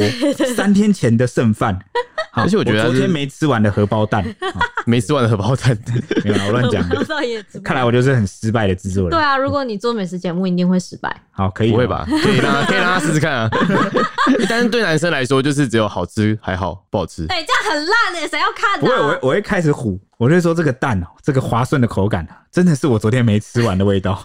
Speaker 3: 三天前的剩饭，好
Speaker 2: 而且我觉得他
Speaker 3: 啊昨
Speaker 2: 是
Speaker 3: 天没吃完的荷 包蛋，啊
Speaker 2: 没吃完的荷包蛋，
Speaker 3: 没有啦，我乱讲
Speaker 1: 我
Speaker 3: 的
Speaker 1: 不。知道也知不
Speaker 3: 看来我就是很失败的制作
Speaker 1: 对
Speaker 3: 人。
Speaker 1: 啊，如果你做美食节目，一定会失败。
Speaker 3: 好，可以
Speaker 2: 不会
Speaker 3: 了
Speaker 2: 吧？？可以让他可以让他试试看啊。 但是对男生来说，就是只有好吃还好，不好吃。
Speaker 1: 哎、这样很烂的、谁要看、啊？
Speaker 3: 不会，我会我会开始唬，我就会说这个蛋哦，这个滑顺的口感啊，真的是我昨天没吃完的味道。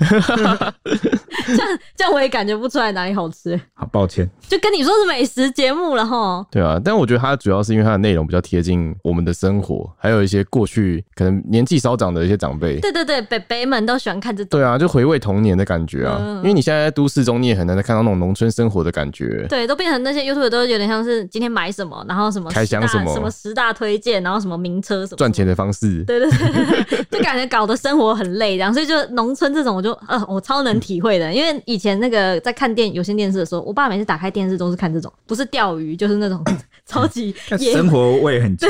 Speaker 1: 这样这样我也感觉不出来哪里好吃、
Speaker 3: 好抱歉，
Speaker 1: 就跟你说是美食节目了吼。
Speaker 2: 对啊，但我觉得它主要是因为它的内容比较贴近我们的生活，还有一些过去可能年纪稍长的一些长辈，
Speaker 1: 对对对，北北们都喜欢看这种。
Speaker 2: 对啊，就回味童年的感觉啊。
Speaker 1: 嗯
Speaker 2: 因为你现在在都市中，你也很难再看到那种农村生活的感觉。
Speaker 1: 对，都变成那些 YouTube 都有点像是今天买什么，然后什么
Speaker 2: 开箱
Speaker 1: 十大
Speaker 2: 什么
Speaker 1: 什么十大推荐，然后什么名车什么
Speaker 2: 赚钱的方式，
Speaker 1: 对对
Speaker 2: 嗯
Speaker 1: 对，对就感觉搞得生活很累，这样，所以就农村这种，我就呃，我超能体会的，因因为以前那个在看电有线电视的时候，我爸每次打开电视都是看这种，不是钓鱼就是那 种超级
Speaker 3: 但
Speaker 1: 野
Speaker 3: 生活味 很强，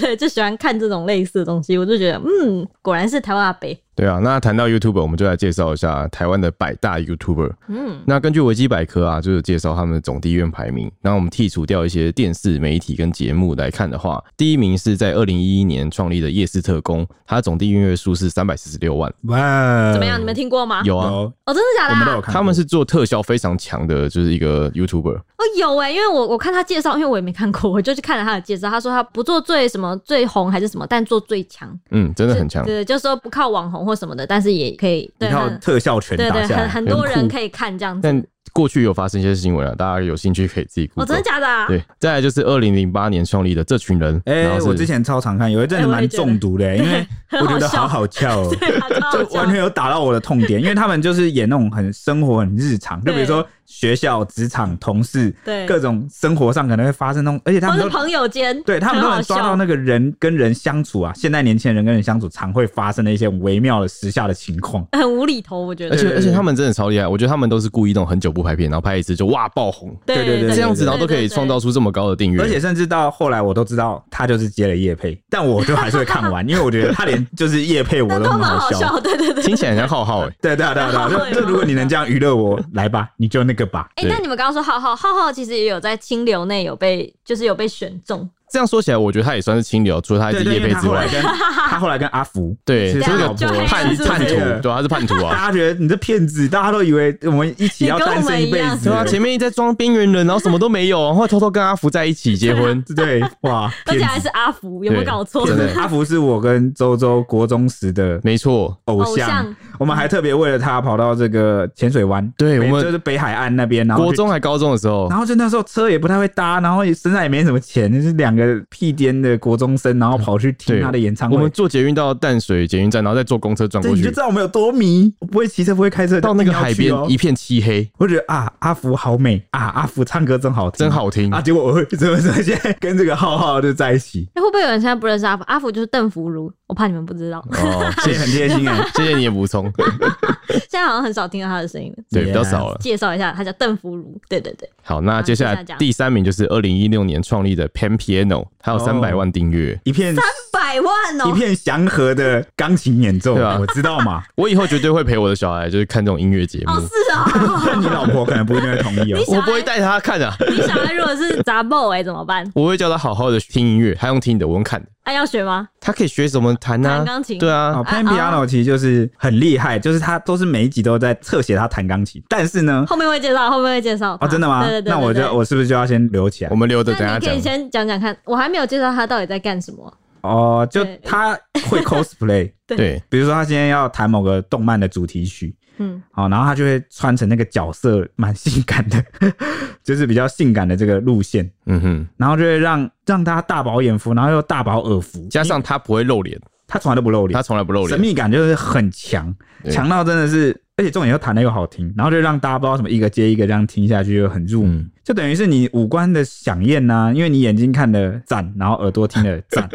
Speaker 1: 对，就喜欢看这种类似的东西，我就觉得，嗯，果然是台湾阿北。
Speaker 2: 对啊，那谈到 YouTuber，我们就来介绍一下台湾的百大 YouTuber。
Speaker 1: 嗯，
Speaker 2: 那根据维基百科啊，就是介绍他们的总地院排名。那我们剔除掉一些电视媒体跟节目来看的话，第一名是在二零一一年创立的夜市特工，它总订阅数是三百四十六万。
Speaker 3: 哇，
Speaker 1: 怎么样？你们听过吗？
Speaker 2: 嗯有啊，
Speaker 3: 有，
Speaker 1: 哦，真的假
Speaker 3: 我们都
Speaker 1: 的、
Speaker 3: 有
Speaker 1: 啊？
Speaker 3: 看过，
Speaker 2: 他们是做特效非常强的，就是一个 YouTuber。
Speaker 1: 哦，有哎、因为我我看他介绍，因为我也没看过，我就去看了他的介绍。他说他不做最什么最红还是什么，但做最强，
Speaker 2: 嗯，真的很强。
Speaker 1: 对，就是说不靠网红或什么的，但是也可以对
Speaker 3: 一套
Speaker 1: 很
Speaker 3: 特效拳
Speaker 1: 对
Speaker 3: 打
Speaker 1: 对，
Speaker 3: 下
Speaker 1: 很
Speaker 3: 来，
Speaker 1: 很多人
Speaker 2: 酷
Speaker 1: 可以看这样子。
Speaker 2: 但过去有发生一些新闻啊，大家有兴趣可以自己 Google。
Speaker 1: 哦，真的假的、啊？
Speaker 2: 对，再来就是二零零八年创立的这群人，然
Speaker 3: 哎，
Speaker 2: 后
Speaker 3: 我
Speaker 2: 是
Speaker 3: 之前超常看，有一阵
Speaker 1: 哎我
Speaker 3: 子
Speaker 1: 也
Speaker 3: 蛮
Speaker 1: 觉得
Speaker 3: 中毒的，欸因 为我觉得好好笑哦。
Speaker 1: 对啊，超
Speaker 3: 就
Speaker 1: 好笑
Speaker 3: 完全有打到我的痛点，因为他们就是演那种很生活、很日常，就
Speaker 1: 对
Speaker 3: 比如说学校、职场、同事，
Speaker 1: 对
Speaker 3: 各种生活上可能会发生那种，而且他
Speaker 1: 或
Speaker 3: 们
Speaker 1: 是
Speaker 3: 都
Speaker 1: 朋友间，
Speaker 3: 对他们都
Speaker 1: 很好
Speaker 3: 能抓到
Speaker 1: 笑。
Speaker 3: 那个人跟人相处啊，现代年轻人跟人相处常会发生的一些微妙的时下的情况。
Speaker 1: 很无厘头，我觉
Speaker 2: 而
Speaker 1: 得。
Speaker 2: 且
Speaker 3: 对对
Speaker 2: 而且
Speaker 3: 对
Speaker 2: 他们真的超厉害，我觉得他们都是故意那种很久不拍片，然后拍一次就哇爆红，
Speaker 1: 对
Speaker 3: 对对对
Speaker 2: 这样子然后都可
Speaker 1: 对
Speaker 2: 以
Speaker 1: 对
Speaker 2: 创造出这么高的订阅，
Speaker 3: 而且甚至到后来，我都知道他就是接了叶配，但我就还是会看完，因为我觉得他连就是叶配我
Speaker 1: 那
Speaker 3: 都
Speaker 1: 都
Speaker 3: 很
Speaker 1: 蛮
Speaker 3: 好
Speaker 1: 好
Speaker 3: 笑。
Speaker 1: 笑，对对对。
Speaker 2: 听起来很像浩浩哎、
Speaker 3: 对对啊对啊对啊，
Speaker 1: 好 好
Speaker 3: 就就如果你能这样娱乐我，来吧，你就那个吧。
Speaker 1: 哎、
Speaker 2: 对
Speaker 1: 那你们刚刚说浩浩，浩浩其实也有在清流内有被，就是有被选中，
Speaker 2: 这样说起来，我觉得他也算是清流，除了他
Speaker 3: 对
Speaker 2: 是
Speaker 3: 对，
Speaker 2: 叶
Speaker 3: 因为
Speaker 2: 配
Speaker 3: 他
Speaker 2: 之
Speaker 3: 后来
Speaker 2: 外，
Speaker 3: 跟他后来跟阿 福，
Speaker 2: 对，
Speaker 3: 是
Speaker 2: 这
Speaker 3: 他
Speaker 2: 个
Speaker 3: 老婆
Speaker 2: 叛
Speaker 1: 就黑了
Speaker 2: 叛
Speaker 3: 是
Speaker 2: 徒
Speaker 3: 不是，
Speaker 2: 对啊，他是叛徒啊。
Speaker 3: 大家觉得你这骗子，大家都以为我们一起要单身一
Speaker 1: 你
Speaker 3: 辈
Speaker 1: 跟我们一
Speaker 3: 子，
Speaker 2: 对啊，前面一直在装边缘人，然后什么都没有，然后偷偷跟阿福在一起结婚。
Speaker 3: 对哇，
Speaker 1: 而
Speaker 3: 骗
Speaker 1: 且
Speaker 3: 子
Speaker 1: 还是阿福，有没有
Speaker 2: 对
Speaker 1: 搞错？
Speaker 2: 真的
Speaker 3: 阿福是我跟周周国中时的
Speaker 2: 没错，
Speaker 3: 偶
Speaker 1: 偶像
Speaker 3: 像，我们还特别为了他跑到这个浅水湾，
Speaker 2: 对
Speaker 3: 北
Speaker 2: 我们
Speaker 3: 就是北海岸那边，然后
Speaker 2: 国
Speaker 3: 去。
Speaker 2: 中还高中的时候
Speaker 3: 然，后就那时候车也不太会搭，然后也身上也没什么钱，就是两个屁颠的国中生，然后跑去听
Speaker 2: 对
Speaker 3: 他的演唱
Speaker 2: 我们
Speaker 3: 会。
Speaker 2: 坐捷运到淡水捷运站，然后再坐公车转
Speaker 3: 这
Speaker 2: 过
Speaker 3: 你就
Speaker 2: 去
Speaker 3: 知，道我们有多迷，我不会骑车，不会开车，
Speaker 2: 到那个海
Speaker 3: 一定
Speaker 2: 边
Speaker 3: 要去哦
Speaker 2: 一片漆黑，
Speaker 3: 我觉得啊，阿福好美啊，阿福唱歌真好听，
Speaker 2: 真好听
Speaker 3: 啊！结果我会怎么怎么现在跟这个浩浩就在一 起，
Speaker 1: 哎、会不会有人现在不认识阿福？阿福就是邓福如，我怕你们不知
Speaker 3: 嗯
Speaker 1: 道，
Speaker 2: 哦。
Speaker 3: 这也很贴心哎、
Speaker 2: 谢谢你的补 充，
Speaker 1: 现在好像很少听到他的声音了。
Speaker 2: 对，
Speaker 3: Yeah
Speaker 2: 比较少了。
Speaker 1: 介绍一下，他叫邓福如，对对对，
Speaker 2: 好，那接下
Speaker 1: 接下来
Speaker 2: 来
Speaker 1: 讲
Speaker 2: 第三名就是二零一六年创立的 Pan Piano，它有
Speaker 3: 哦
Speaker 2: 三百万订阅。
Speaker 3: 一片
Speaker 1: 百万哦、
Speaker 3: 一片祥和的钢琴演奏，
Speaker 2: 对啊
Speaker 3: 我知道 嘛。
Speaker 2: 我以后绝对会陪我的小孩，就是看这种音乐节目
Speaker 1: 哦，，是啊、
Speaker 3: 但你老婆可能不一定会同 意哦。
Speaker 1: 小孩
Speaker 2: 我不会带他看啊，
Speaker 1: 你小孩如果是杂爆哎，怎么办？
Speaker 2: 我会叫他好好的听音乐，他用听的，我用看的，
Speaker 1: 哎、要学吗？
Speaker 2: 他可以学什么弹啊？
Speaker 1: 弹钢琴
Speaker 2: 对啊
Speaker 3: 啊，，Pan Piano 其实就是很厉害，就是他都是每一集都在侧写他弹钢琴，但是呢，
Speaker 1: 后面会介绍，后面会介绍。
Speaker 3: 哦，真的吗
Speaker 1: 啊对对？对
Speaker 3: 那我就
Speaker 1: 我。
Speaker 3: 我是不是就要先留起来
Speaker 2: 我？们留着等
Speaker 1: 那
Speaker 2: 下
Speaker 1: 你可
Speaker 2: 讲
Speaker 1: 以。先讲讲看，我还没有介绍他到底在干什么。
Speaker 3: 哦，就
Speaker 1: 对
Speaker 3: 他 会 cosplay，
Speaker 2: 对，
Speaker 3: 比如说他今天要弹某个动漫的主题曲，
Speaker 1: 嗯，
Speaker 3: 哦，然后他就会穿成那个角色，蛮性感的， 就是比较性感的这个路线，
Speaker 2: 嗯哼，
Speaker 3: 然后就会让让大家大饱眼福，然后又大饱耳福，
Speaker 2: 加上他不会露脸，
Speaker 3: 他从来都不露脸
Speaker 2: 他，从来不露
Speaker 3: 神
Speaker 2: 脸。
Speaker 3: 秘感就是很强，
Speaker 2: 对
Speaker 3: 强到真的是，而且重点又弹的又好听，然后就让大家不知道什么一个接一个这样听下去，就很入迷。
Speaker 2: 嗯
Speaker 3: 就等于是你五官的响应呐、因为你眼睛看的赞，然后耳朵听的 赞，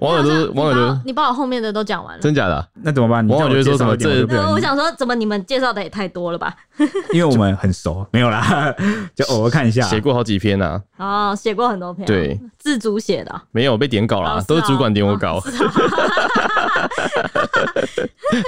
Speaker 2: 网友都，网
Speaker 1: 你把
Speaker 2: 友
Speaker 1: 我
Speaker 2: 都，
Speaker 1: 你把我后面的都讲完了。
Speaker 2: 真假的啊？
Speaker 3: 那怎么办？你
Speaker 2: 往往
Speaker 3: 叫我
Speaker 2: 就
Speaker 3: 介
Speaker 2: 是说
Speaker 3: 绍一点
Speaker 2: 什么
Speaker 3: 我就不
Speaker 1: 那我
Speaker 3: 能，
Speaker 1: 想说，怎么你们介绍的也太多了吧？
Speaker 3: 因为我们很熟，没有啦， 就偶尔看一下。
Speaker 2: 写过好几篇啊，
Speaker 1: 哦，写过很多篇，
Speaker 2: 对，
Speaker 1: 自主写的哦，
Speaker 2: 没有被点稿
Speaker 1: 哦
Speaker 2: 啦
Speaker 1: 是，
Speaker 2: 都是主
Speaker 1: 哦
Speaker 2: 管点我
Speaker 1: 哦
Speaker 2: 稿。
Speaker 1: 是哦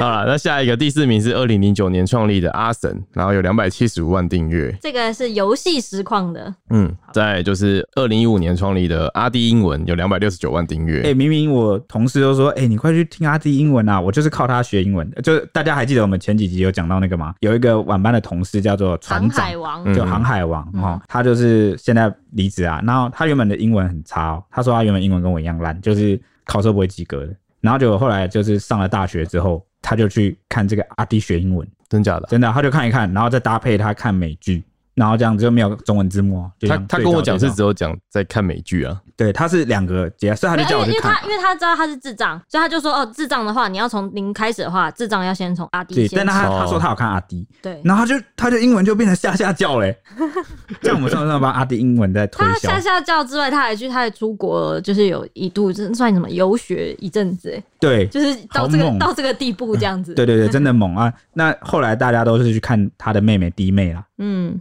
Speaker 2: 好了，那下一个第四名是二零零九年创立的阿神，然后有两百七十五万订阅。
Speaker 1: 这个是游戏实况的，
Speaker 2: 嗯，再来就是二零一五年创立的阿弟英文有两百六十九万订阅。
Speaker 3: 哎、明明我同事都说，哎、你快去听阿弟英文啊！我就是靠他学英文的。就是大家还记得我们前几集有讲到那个吗？有一个晚班的同事叫做船
Speaker 1: 航
Speaker 3: 长
Speaker 1: 海，王，
Speaker 2: 嗯
Speaker 3: 就航海王哦，他就是现在离职啊。然后他原本的英文很差哦，他说他原本英文跟我一样烂，就是考试不会及格的。然后就后来就是上了大学之后，他就去看这个阿弟学英文，
Speaker 2: 真假的啊？
Speaker 3: 真的啊、他就看一看，然后再搭配他看美剧，然后这样子就没有中文字幕哦。就
Speaker 2: 他
Speaker 3: 像
Speaker 2: 他
Speaker 3: 最
Speaker 2: 跟我
Speaker 3: 早
Speaker 2: 讲
Speaker 3: 最
Speaker 2: 是
Speaker 3: 早
Speaker 2: 只有讲在看美剧啊，
Speaker 3: 对，他是两个结，所以他
Speaker 1: 没
Speaker 3: 就
Speaker 1: 有
Speaker 3: 叫我
Speaker 1: 因为因
Speaker 3: 去
Speaker 1: 为
Speaker 3: 看
Speaker 1: 他。因为他知道他是智障，所以他就说哦，智障的话，你要从零开始的话，智障要先从阿迪
Speaker 3: 对，
Speaker 1: 先
Speaker 3: 但他
Speaker 1: 起
Speaker 2: 哦
Speaker 3: 他说他有看阿迪，
Speaker 1: 对，
Speaker 3: 然后他就他就英文就变成下下叫嘞、这样我们算不算帮阿迪英文在推
Speaker 1: 他
Speaker 3: 销？
Speaker 1: 下下教之外，他还去他还出国，就是有一度这算什么游学一阵子，哎
Speaker 3: 对，
Speaker 1: 就是到这个
Speaker 3: 好猛
Speaker 1: 到这个地步这样子。
Speaker 3: 对对对，真的猛啊！那后来大家都是去看他的妹妹弟妹啦。
Speaker 1: 嗯，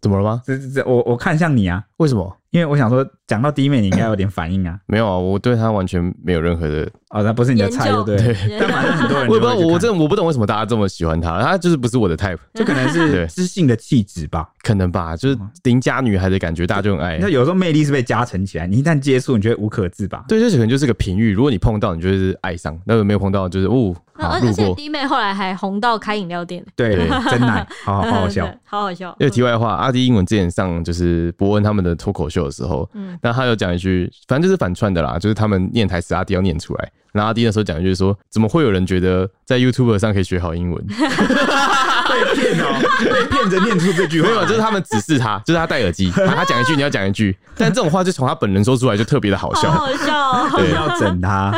Speaker 2: 怎么了吗？
Speaker 3: 这这这，我我看向你啊，
Speaker 2: 为什么？
Speaker 3: 因为我想说，讲到弟妹，你应该有点反应啊。
Speaker 2: 没有啊，我对他完全没有任何的，
Speaker 3: 哦，那不是你的菜，
Speaker 1: 研
Speaker 3: 对
Speaker 1: 究
Speaker 3: 不对？但反正很多人
Speaker 2: 我也不知道，
Speaker 3: 就会去看
Speaker 2: 我真的我不懂为什么大家这么喜欢他，他就是不是我的 type，
Speaker 3: 就可能
Speaker 2: 对
Speaker 3: 是知性的气质吧。
Speaker 2: 可能吧，就是邻家女孩的感觉，大家就很爱
Speaker 3: 那。有时候魅力是被加成起来，你一旦接触，你就会无可自拔。
Speaker 2: 对，就是可能就是个频率，如果你碰到，你就是爱上；那个没有碰到，就是哦，
Speaker 1: 那
Speaker 2: 好
Speaker 1: 而
Speaker 2: 路
Speaker 1: 而且
Speaker 2: 过。
Speaker 1: 弟妹后来还红到开饮料店，
Speaker 3: 对，
Speaker 2: 对
Speaker 3: 真奶，好好好好笑
Speaker 1: 对，好好笑。
Speaker 2: 因为题外话，阿迪英文之前上就是伯恩他们的脱口秀的时候，
Speaker 1: 嗯
Speaker 2: 那他有讲一句，反正就是反串的啦，就是他们念台词，阿迪要念出来。然后阿迪那时候讲一句说：“怎么会有人觉得在 YouTube 上可以学好英文？”
Speaker 3: 被骗哦，被骗着念出这句话
Speaker 2: 没有，啊就是他们指示他，就是他戴耳机，他他讲一句，你要讲一句。但这种话就从他本人说出来就特别的好
Speaker 1: 好
Speaker 2: 笑。
Speaker 1: 好笑哦，
Speaker 3: 不要整他。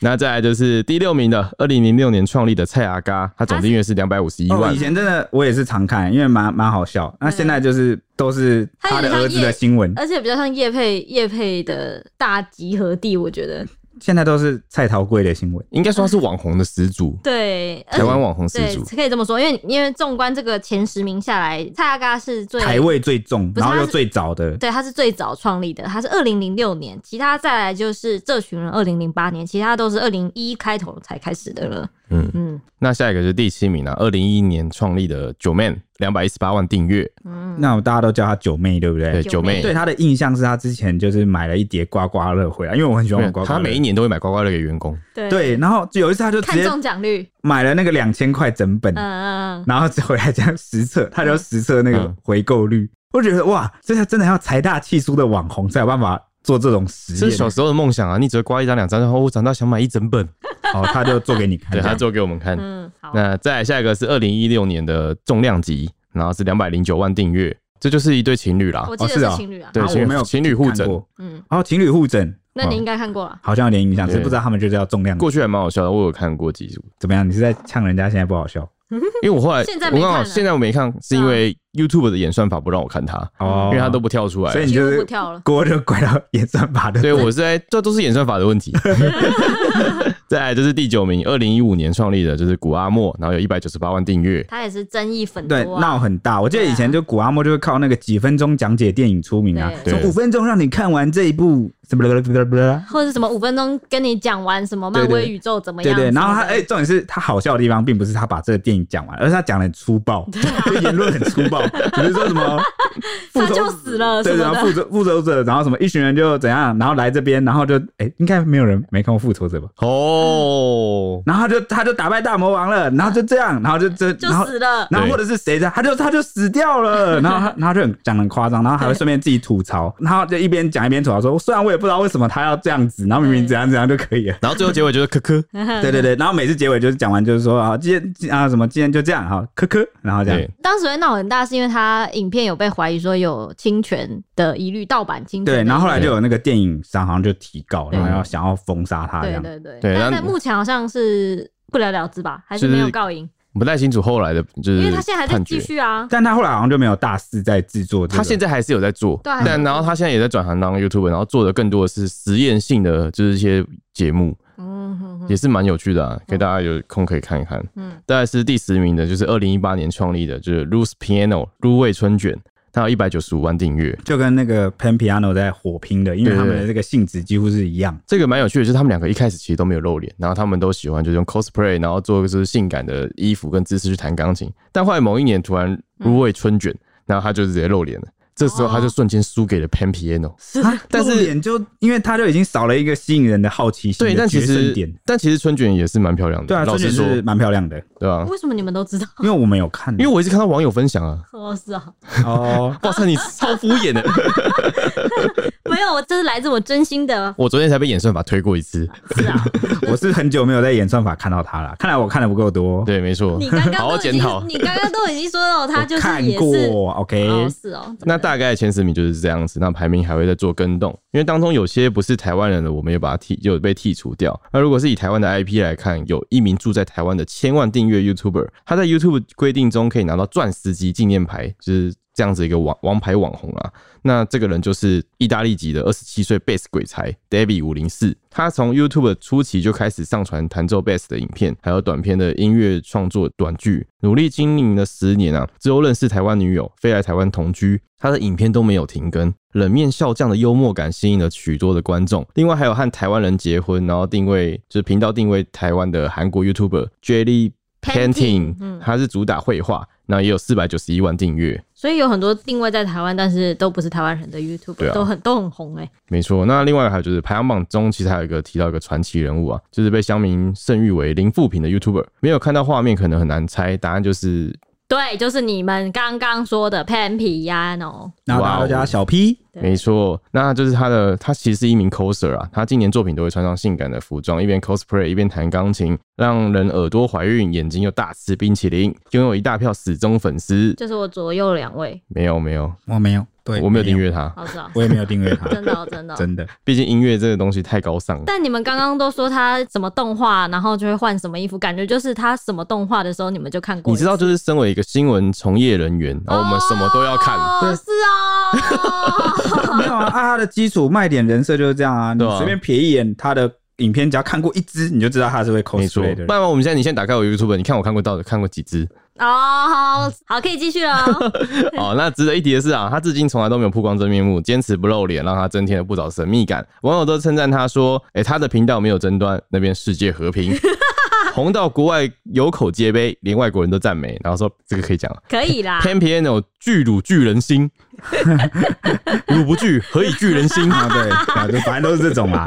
Speaker 2: 那再来就是第六名的，二零零六年创立的蔡阿嘎，他总订阅是两百五十一
Speaker 3: 哦
Speaker 2: 万
Speaker 3: 以。前真的我也是常看，因为蛮蛮好笑。那现在就是都是他的儿子的新闻，
Speaker 1: 而且比较像叶配叶配的大集合地，我觉得
Speaker 3: 现在都是蔡桃贵的新闻。
Speaker 2: 应该说他是网红的始祖，
Speaker 1: 对，而
Speaker 2: 台湾网红始
Speaker 1: 对
Speaker 2: 祖。
Speaker 1: 可以这么说，因为因为纵观这个前十名下来，蔡阿嘎是最
Speaker 3: 台位最重，
Speaker 1: 不是
Speaker 3: 然后
Speaker 1: 他
Speaker 3: 又
Speaker 1: 是
Speaker 3: 最早的，
Speaker 1: 对，他是最早创立的，他是二零零六年，其他再来就是这群人二零零八年，其他都是二零一开头才开始的了。
Speaker 2: 嗯
Speaker 1: 嗯
Speaker 2: 那下一个是第七名啊，二零一一年创立的九妹，两百一十八万订阅。
Speaker 1: 嗯，
Speaker 3: 那我大家都叫她九妹，对不对
Speaker 2: 对，？
Speaker 1: 九
Speaker 2: 九妹
Speaker 1: 妹
Speaker 3: 对，她的印象是她之前就是买了一碟刮刮乐回来，因为我很喜欢
Speaker 2: 没有
Speaker 3: 玩刮刮
Speaker 2: 他
Speaker 3: 乐。
Speaker 2: 每一年都会买刮刮乐给员工。
Speaker 1: 对
Speaker 3: 对，然后有一次她就直
Speaker 1: 看
Speaker 3: 接
Speaker 1: 中奖率，
Speaker 3: 买了那个两千块整本，
Speaker 1: 嗯嗯嗯，
Speaker 3: 然后回来这样实测，她就实测那个
Speaker 2: 嗯
Speaker 3: 回购率。我觉得哇，这下真的要财大气粗的网红才有办法做这种实
Speaker 2: 这是
Speaker 3: 验
Speaker 2: 小。时候的梦想啊，你只会刮一张两张，然后我长大想买一整本。
Speaker 3: 好，她哦就做给你 看。
Speaker 2: 对他
Speaker 3: 这样
Speaker 2: 做给我们看。
Speaker 1: 嗯，好，
Speaker 2: 那再来下一个是二零一六年的重量级，然后是两百零九万订阅，这就是一对情侣啦
Speaker 1: 我。记得
Speaker 3: 哦是啊
Speaker 1: 是情侣啊，
Speaker 2: 对
Speaker 3: 啊
Speaker 2: 情侣
Speaker 3: 我没有
Speaker 2: 情侣互整
Speaker 3: 看过
Speaker 1: 嗯，
Speaker 3: 哦，情侣互整，
Speaker 1: 那你
Speaker 3: 哦
Speaker 1: 应该看过啊了。
Speaker 3: 好像有点影响，只是
Speaker 2: 对
Speaker 3: 不知道他们就是要重量
Speaker 2: 过去还蛮好笑的，我有看过几组，
Speaker 3: 怎么样？你是在呛人家现在不好笑
Speaker 2: 因为我后来
Speaker 1: 现在
Speaker 2: 我
Speaker 1: 啊没
Speaker 2: 刚好
Speaker 1: 看了啊
Speaker 2: 现在我没看，是因为 YouTube 的演算法不让我看它，
Speaker 3: 哦
Speaker 2: 因为它都不跳出来
Speaker 3: 所以。你
Speaker 1: 几
Speaker 3: 就
Speaker 1: 乎
Speaker 3: 是
Speaker 1: 不跳了
Speaker 3: 锅就拐到 演算法 的
Speaker 2: 所以我是在这都是演算法的问题。再来就是第九名，二零一五年创立的，就是古阿莫，然后有一百九十八万订阅。
Speaker 1: 他也是争议粉
Speaker 3: 对
Speaker 1: 多啊，
Speaker 3: 闹很大。我记得以前就古阿莫就是靠那个几分钟讲解电影出名啊，
Speaker 2: 对
Speaker 3: 说
Speaker 2: 对
Speaker 3: 五分钟让你看完这一部什么啦啦啦啦啦
Speaker 1: 或者是什么五分钟跟你讲完什么
Speaker 3: 对
Speaker 1: 漫
Speaker 3: 对
Speaker 1: 威宇宙怎么
Speaker 3: 对
Speaker 1: 样，
Speaker 3: 对，然后他
Speaker 1: 什么
Speaker 3: 哎，
Speaker 1: 的
Speaker 3: 重点是他好笑的地方，并不是他把这个电影讲完，而是他讲的很粗暴， 就言论很粗暴，比如说什么复
Speaker 1: 他
Speaker 3: 仇
Speaker 1: 就死了什
Speaker 3: 对，然
Speaker 1: 么
Speaker 3: 后
Speaker 1: 的
Speaker 3: 复，仇复仇者，然后什么一群人就怎样，然后来这边，然后就哎，应该没有人没看过复仇者吧？
Speaker 2: 哦，
Speaker 3: 然后他就他就打败大魔王了，然后就这样，然后就这，
Speaker 1: 就
Speaker 3: 然后
Speaker 1: 死了。
Speaker 3: 然后或者是谁的，他就他就死 掉了，然后他然后就很讲得很夸张，然后还会顺便自己吐槽，然后就一边讲一边吐槽说，虽然我也不知道为什么他要这样子，然后明明怎样怎样就可以了。
Speaker 2: 然后最后结尾就是科科，
Speaker 1: 嗯
Speaker 3: 对对对，然后每次结尾就是讲完就是说啊，今天啊什么今天就这样哈，科科，然后这样
Speaker 2: 对，
Speaker 1: 当时会闹很大，是因为他影片有被怀疑说有侵权的疑虑，盗版侵权的疑
Speaker 3: 对，
Speaker 1: 虑。
Speaker 3: 然后后来就有那个电影商好像就提告，
Speaker 2: 嗯
Speaker 3: 然后要想要封杀他这
Speaker 1: 对
Speaker 3: 样。
Speaker 1: 对对，
Speaker 2: 对
Speaker 1: 但
Speaker 2: 那
Speaker 1: 但目前好像是不了了之吧，还是
Speaker 2: 就是
Speaker 1: 没有告赢，
Speaker 2: 不太清楚后来的，就是
Speaker 1: 因为他现在还在
Speaker 2: 判
Speaker 1: 继
Speaker 2: 决。
Speaker 1: 续啊。
Speaker 3: 但他后来好像就没有大肆在制作这个，
Speaker 2: 他现在还是有在做，
Speaker 1: 对啊
Speaker 2: 但然后他现在也在转行当 YouTube，然后做的更多的是实验性的，就是一些节目，
Speaker 1: 嗯哼哼
Speaker 2: 也是蛮有趣的、啊，给大家有空可以看一看。
Speaker 1: 嗯，
Speaker 2: 再来是第十名的，就是二零一八年创立的，就是 Loose Piano 入味春卷，它有一百九十五万订阅。
Speaker 3: 就跟那个 Pan Piano 在火拼的，因为
Speaker 2: 对对
Speaker 3: 他们
Speaker 2: 对
Speaker 3: 的这个性质几乎是一样。
Speaker 2: 这个蛮有趣的，就是他们两个一开始其实都没有露脸，然后他们都喜欢就是用 cosplay，然后做就是性感的衣服跟姿势去弹钢琴。但后来某一年突然入味春卷，然后他就直接露脸了。这时候他就瞬间输给了 Pan Piano。但是
Speaker 3: 重点就因为他就已经少了一个吸引人的好奇心
Speaker 2: 对，
Speaker 3: 的
Speaker 2: 但
Speaker 3: 决
Speaker 2: 其
Speaker 3: 胜
Speaker 2: 实
Speaker 3: 点。
Speaker 2: 但其实春卷也是蛮漂亮的，
Speaker 3: 对啊，
Speaker 2: 老
Speaker 3: 这
Speaker 2: 实
Speaker 3: 点
Speaker 2: 说，
Speaker 3: 是蛮漂亮的，
Speaker 2: 对吧、
Speaker 1: 为什么你们都知道？
Speaker 3: 因为我没有看，
Speaker 2: 因为我一直看到网友分享 啊，
Speaker 1: 哦，是啊，
Speaker 3: 哦，
Speaker 2: 哇塞，你超敷衍 的！
Speaker 1: 没有，我这是来自我真心的，
Speaker 2: 我昨天才被演算法推过一次，
Speaker 1: 是 啊，
Speaker 3: 我是很久没有在演算法看到他了，看来我看的不够多。
Speaker 2: 对，没错
Speaker 1: 你刚，刚
Speaker 2: 好
Speaker 1: 都
Speaker 2: 好
Speaker 1: 已经
Speaker 2: 检讨。
Speaker 1: 你刚刚都已经说到他就
Speaker 3: 我
Speaker 1: 是
Speaker 3: 看
Speaker 1: 也是
Speaker 3: 过，OK，
Speaker 1: 哦，是哦，
Speaker 2: 哎那大概前十名就是这样子，那排名还会再做更动，因为当中有些不是台湾人的，我们也把它剔，就被剔除掉。那如果是以台湾的 IP 来看，有一名住在台湾的千万订阅 YouTuber，他在 YouTube 规定中可以拿到钻石级纪念牌，就是这样子一个王王牌网红啊。那这个人就是意大利籍的二十七岁 bass 鬼才 David 五零四，他从 YouTube 初期就开始上传弹奏 bass 的影片，还有短片的音乐创作短剧，努力经营了十年啊，之后认识台湾女友，飞来台湾同居，他的影片都没有停更。冷面笑匠的幽默感吸引了许多的观众，另外还有和台湾人结婚，然后定位就是频道定位台湾的韩国 YouTuber Jelly
Speaker 1: Painting，
Speaker 2: Painting，
Speaker 1: 嗯
Speaker 2: 他是主打绘画，那也有四百九十一万订阅。
Speaker 1: 所以有很多定位在台湾，但是都不是台湾人的 YouTube，、
Speaker 2: 对啊
Speaker 1: 都很都很红哎、
Speaker 2: 没错，那另外还有就是排行榜中，其实还有一个提到一个传奇人物啊，就是被乡民盛誉为零富平的 YouTuber。没有看到画面，可能很难猜，答案就是
Speaker 1: 对，就是你们刚刚说的 Pan Piano，
Speaker 3: 然后
Speaker 2: 哦
Speaker 3: 大家都叫他小 P，
Speaker 1: 对
Speaker 2: 没错，那就是他的，他其实是一名 coser 啊，他今年作品都会穿上性感的服装，一边 cosplay 一边弹钢琴，让人耳朵怀孕，眼睛又大吃冰淇淋，拥有一大票死忠粉丝。
Speaker 1: 就是我左右两位，
Speaker 2: 没有没有，
Speaker 3: 我没有，对
Speaker 2: 哎我没有订，阅他，
Speaker 1: 好是啊，
Speaker 3: 我也没有订阅他，
Speaker 1: 真的哦、真的哦、
Speaker 3: 真的，
Speaker 2: 毕竟音乐这个东西太高尚了。
Speaker 1: 但你们刚刚都说他什么动画，然后就会换什么衣服，感觉就是他什么动画的时候你们就看过一
Speaker 2: 你
Speaker 1: 次。
Speaker 2: 知道，就是身为一个新闻从业人员，然后我们什么都要看。
Speaker 1: 哦、是哦，
Speaker 3: 没有啊，啊他的基础卖点人设就是这样啊，你
Speaker 2: 对啊
Speaker 3: 随便瞥一眼他的影片，只要看过一支，你就知道他是会
Speaker 2: 没错
Speaker 3: cosplay，的
Speaker 2: 不
Speaker 3: 人。
Speaker 2: 然我们现在你现在打开我 YouTube，你看我看过到底看过几 支？
Speaker 1: 哦，好，好，可以继续了。
Speaker 2: 哦，那值得一提的是啊，他至今从来都没有曝光真面目，坚持不露脸，让他增添了不少神秘感。网友都称赞他说：“诶，他的频道没有争端，那边世界和 平。”红到国外有口皆碑，连外国人都赞美，然后说这个可以讲了。
Speaker 1: 可以
Speaker 3: 啊
Speaker 1: 啦
Speaker 2: Pan Piano 巨乳巨人 心，乳不巨何以巨人 心？
Speaker 3: 啊，对，啊就反正都是这种啦。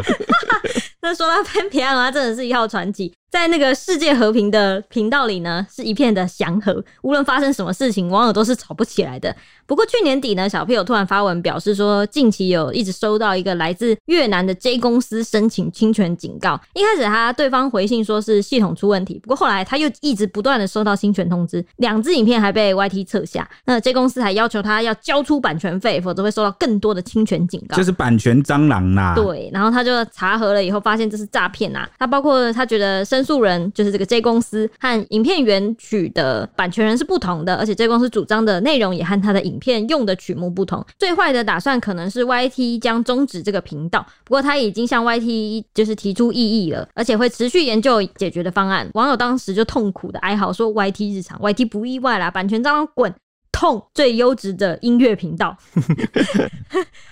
Speaker 1: 那说到 Pan Piano，它真的是一号传奇，在那个世界和平的频道里呢，是一片的祥和，无论发生什么事情，网友都是吵不起来的。不过去年底呢，小朋友突然发文表示说，近期有一直收到一个来自越南的 J 公司申请侵权警告。一开始他对方回信说是系统出问题，不过后来他又一直不断的收到侵权通知，两支影片还被 YT 撤下。那 J 公司还要求他要交出版权费，否则会收到更多的侵权警告
Speaker 3: 就。是版权蟑螂啦。
Speaker 1: 对，然后他就查核了以后，发现这是诈骗啊！他包括他觉得申诉人就是这个 J 公司和影片原曲的版权人是不同的，而且 J 公司主张的内容也和他的影片用的曲目不同。最坏的打算可能是 YT 将终止这个频道，不过他已经向 YT 就是提出异议了，而且会持续研究解决的方案。网友当时就痛苦的哀嚎说：“YT 日常，YT 不意外啦，版权蟑螂滚！”痛最优质的音乐频道，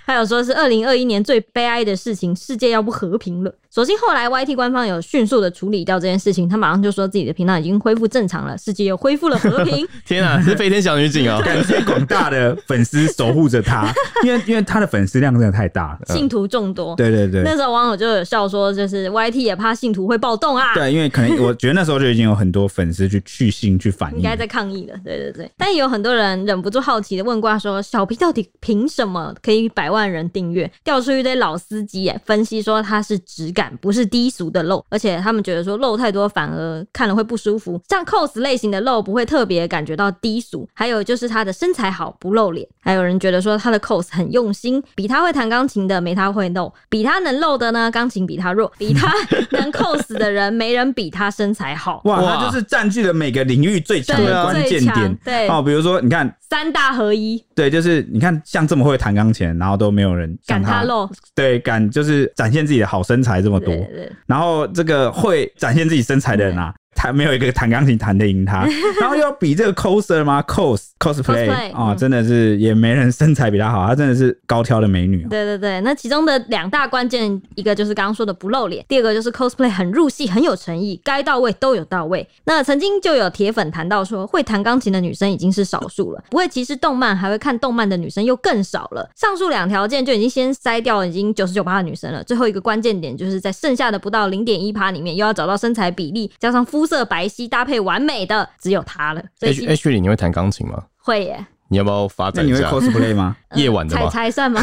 Speaker 1: 还有说是二零二一年最悲哀的事情，世界要不和平了。所幸后来 YT 官方有迅速的处理掉这件事情，他马上就说自己的频道已经恢复正常了，世界又恢复了和 平。
Speaker 2: 天啊，是飞天小女警哦！
Speaker 3: 感谢广大的粉丝守护 着他，因为因为他的粉丝量真的太大了。
Speaker 1: 信徒众多，
Speaker 3: 对对对
Speaker 1: 那时候网友就有笑说，就是 YT 也怕信徒会暴动啊。
Speaker 3: 对，因为可能我觉得那时候就已经有很多粉丝去去信去反
Speaker 1: 应
Speaker 3: 映
Speaker 1: 该。在抗议了，对对对，但也有很多人忍不住好奇的问过他说：“小 P 到底凭什么可以百万人订阅？”调出一堆老司机耶，分析说他是质感，不是低俗的露，而且他们觉得说露太多反而看了会不舒服，像 cos 类型的露不会特别感觉到低俗。还有就是他的身材好，不露脸。还有人觉得说他的 cos 很用心，比他会弹钢琴的没他会露，比他能露的呢钢琴比他弱，比他 能 cos 的人没人比他身材好。
Speaker 3: 哇，
Speaker 2: 哇
Speaker 3: 他就是占据了每个领域最强
Speaker 1: 对
Speaker 3: 的关
Speaker 1: 最
Speaker 3: 键
Speaker 1: 强
Speaker 3: 点。
Speaker 1: 对
Speaker 3: 哦，比如说，你看，
Speaker 1: 三大合一，
Speaker 3: 对，就是你看，像这么会弹钢琴，然后都没有人像
Speaker 1: 赶他
Speaker 3: 他，
Speaker 1: 露，
Speaker 3: 对，敢就是展现自己的好身材这么多
Speaker 1: 对。对对
Speaker 3: 然后这个会展现自己身材的人啊，弹没有一个弹钢琴弹得 赢他，然后又要比这个 coser 吗？cos cosplay
Speaker 1: Cosplay，
Speaker 3: 啊、
Speaker 1: 嗯
Speaker 3: 真的是也没人身材比她好，她真的是高挑的美女。哦
Speaker 1: 对对对，那其中的两大关键，一个就是刚刚说的不露脸，第二个就是 cosplay 很入戏，很有诚意，该到位都有到位。那曾经就有铁粉谈到说，会弹钢琴的女生已经是少数了，不会歧视动漫还会看动漫的女生又更少了。上述两条件就已经先筛掉了已经九十九趴的女生了。最后一个关键点就是在剩下的不到零点一趴里面，又要找到身材比例加上肤色白皙搭配完美的，只有她了。所以
Speaker 2: H
Speaker 1: 今
Speaker 2: H 里你会弹钢琴吗？
Speaker 1: 会耶，
Speaker 2: 你要不要发
Speaker 3: 那
Speaker 2: 展
Speaker 3: 你
Speaker 2: 一
Speaker 3: 会
Speaker 2: 下？
Speaker 3: cosplay 吗？
Speaker 2: 夜晚的
Speaker 1: 彩
Speaker 2: 吧，
Speaker 1: 彩算 吗？